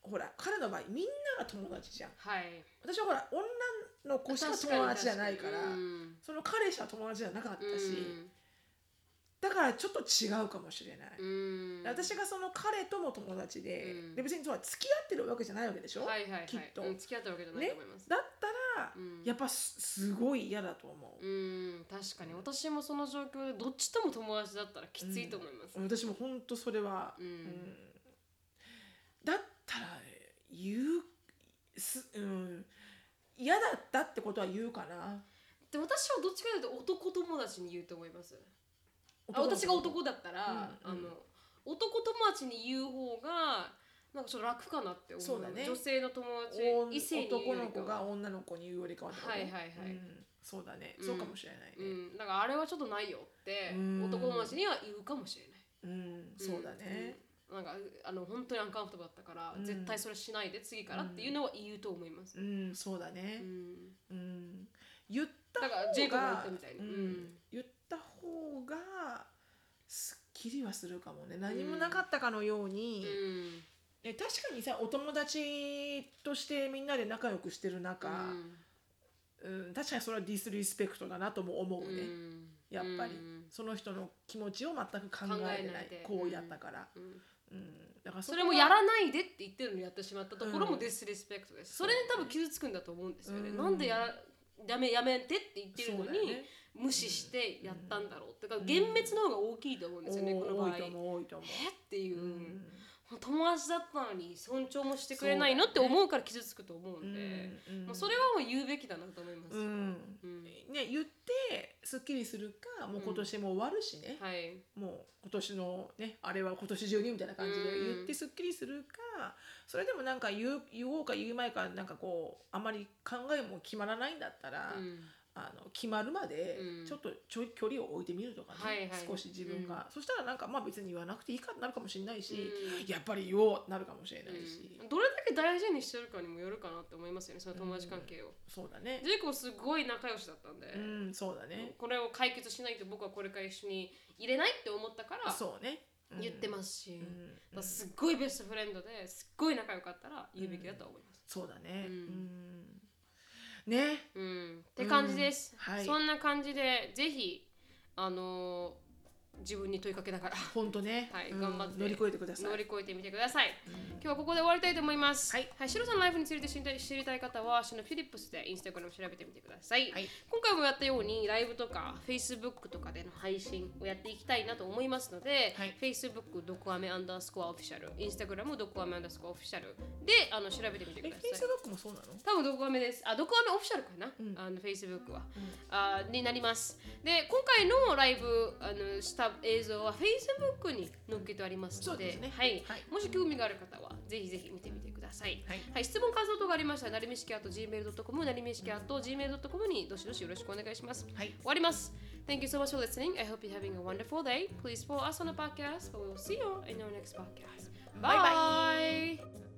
ほら彼の場合みんなが友達じゃん。はい私はほら女の子しか友達じゃないからうんその彼氏は友達じゃなかったし、うんだからちょっと違うかもしれない、うん私がその彼とも友達で,、うんで別にそう付き合ってるわけじゃないわけでしょ、はいはいはいきっとうん付き合ったわけじゃないと思いますだったら、うんやっぱすすごい嫌だと思う、うん確かに私もその状況でどっちとも友達だったらきついと思います私も本当それは、うんだったら言うす、うん、嫌だったってことは言うかなで私はどっちかというと男友達に言うと思いますあの子私が男だったら、うんうんあの男友達に言う方がなんかちょっと楽かなって思うそうだね女性の友達お異性に言う男よのりか子が女の子に言うよりかはってことはいはいはいうんそうだね、うんそうかもしれないうねん、だからあれはちょっとないよってうん男友達には言うかもしれない、うん、そうだね、うんなんかあの本当にアンカンフトだったから、うん絶対それしないで次からっていうのは言うと思います、うんそうだうね、ん、うん言っただからジェイコ方ブが言っがたみたいに、うんうん言った方がすっきりはするかもね何もなかったかのように、ね確かにさお友達としてみんなで仲良くしてる中、うん確かにそれはディスリスペクトだなとも思うね、うんやっぱりうんその人の気持ちを全く考えてない考えないで行為だったから、うんうん、だからそこれはもやらないでって言ってるのにやってしまったところうもんディスリスペクトです、それで多分傷つくんだと思うんですよね、うんなんでややめやめてって言ってるそうのだよに、ね無視してやったんだろうってだからうん幻滅の方が大きいと思うんですよね、この場合多いと思う多いと思えっていうう、もう友達だったのに尊重もしてくれないの、そうっだてね思うから傷つくと思うんで、うんもうそれはもう言うべきだなと思います、うん、うんね言ってすっきりするかもう今年も終わるしね、はいもう今年のねあれは今年中にみたいな感じでうん言ってすっきりするかそれでもなんか言う言おうか言う前かなんかこうあまり考えも決まらないんだったら、うんあの決まるまでうんちょっとちょい距離を置いてみるとかね、はいはい少し自分が、そしたらなんかまあ別に言わなくていいかってなるかもしれないし、うんやっぱり言おうってなるかもしれないし、うんどれだけ大事にしてるかにもよるかなって思いますよねその友達関係を、そうだねジェイコブすごい仲良しだったんで、うんそうだねこれを解決しないと僕はこれから一緒に入れないって思ったからそうね、うん言ってますし、うんだからすっごいベストフレンドですっごい仲良かったら言うべきだと思います。そうだうね、うんん、ねうんって感じです、うんはいそんな感じでぜひあのー自分に問いかけながら本当ね、はいうん頑張って乗り越えてください乗り越えてみてください。今日はここで終わりたいと思います。はい、シロさんのライフについて知りたい知りたい方は、シのフィリップスでインスタグラム調べてみてください。はい今回もやったようにライブとか Facebook とかでの配信をやっていきたいなと思いますので、はい Facebook ドクアメアンダースコアオフィシャル Instagram ドクアメアンダースコアオフィシャルであの調べてみてくえフだェさイスブいックもそうなの多分ドクアメですあドクアメオフィシャルかな、うんあの Facebook は、あになりますで今回のライブあのした映像は Facebook に載っけてありますそのうでですねはいはいもし興味がある方はぜひぜひ見てみてくださいはいはい、質問感想等がありましたら、なりみしきあと gmail.com、なりみしきあと gmail.com にどしどしよろしくお願いします。はい終わります。Thank you so much for listening. I hope you're having a wonderful day. Please follow us on the podcast, but we will see you in our next podcast. バイバイバイ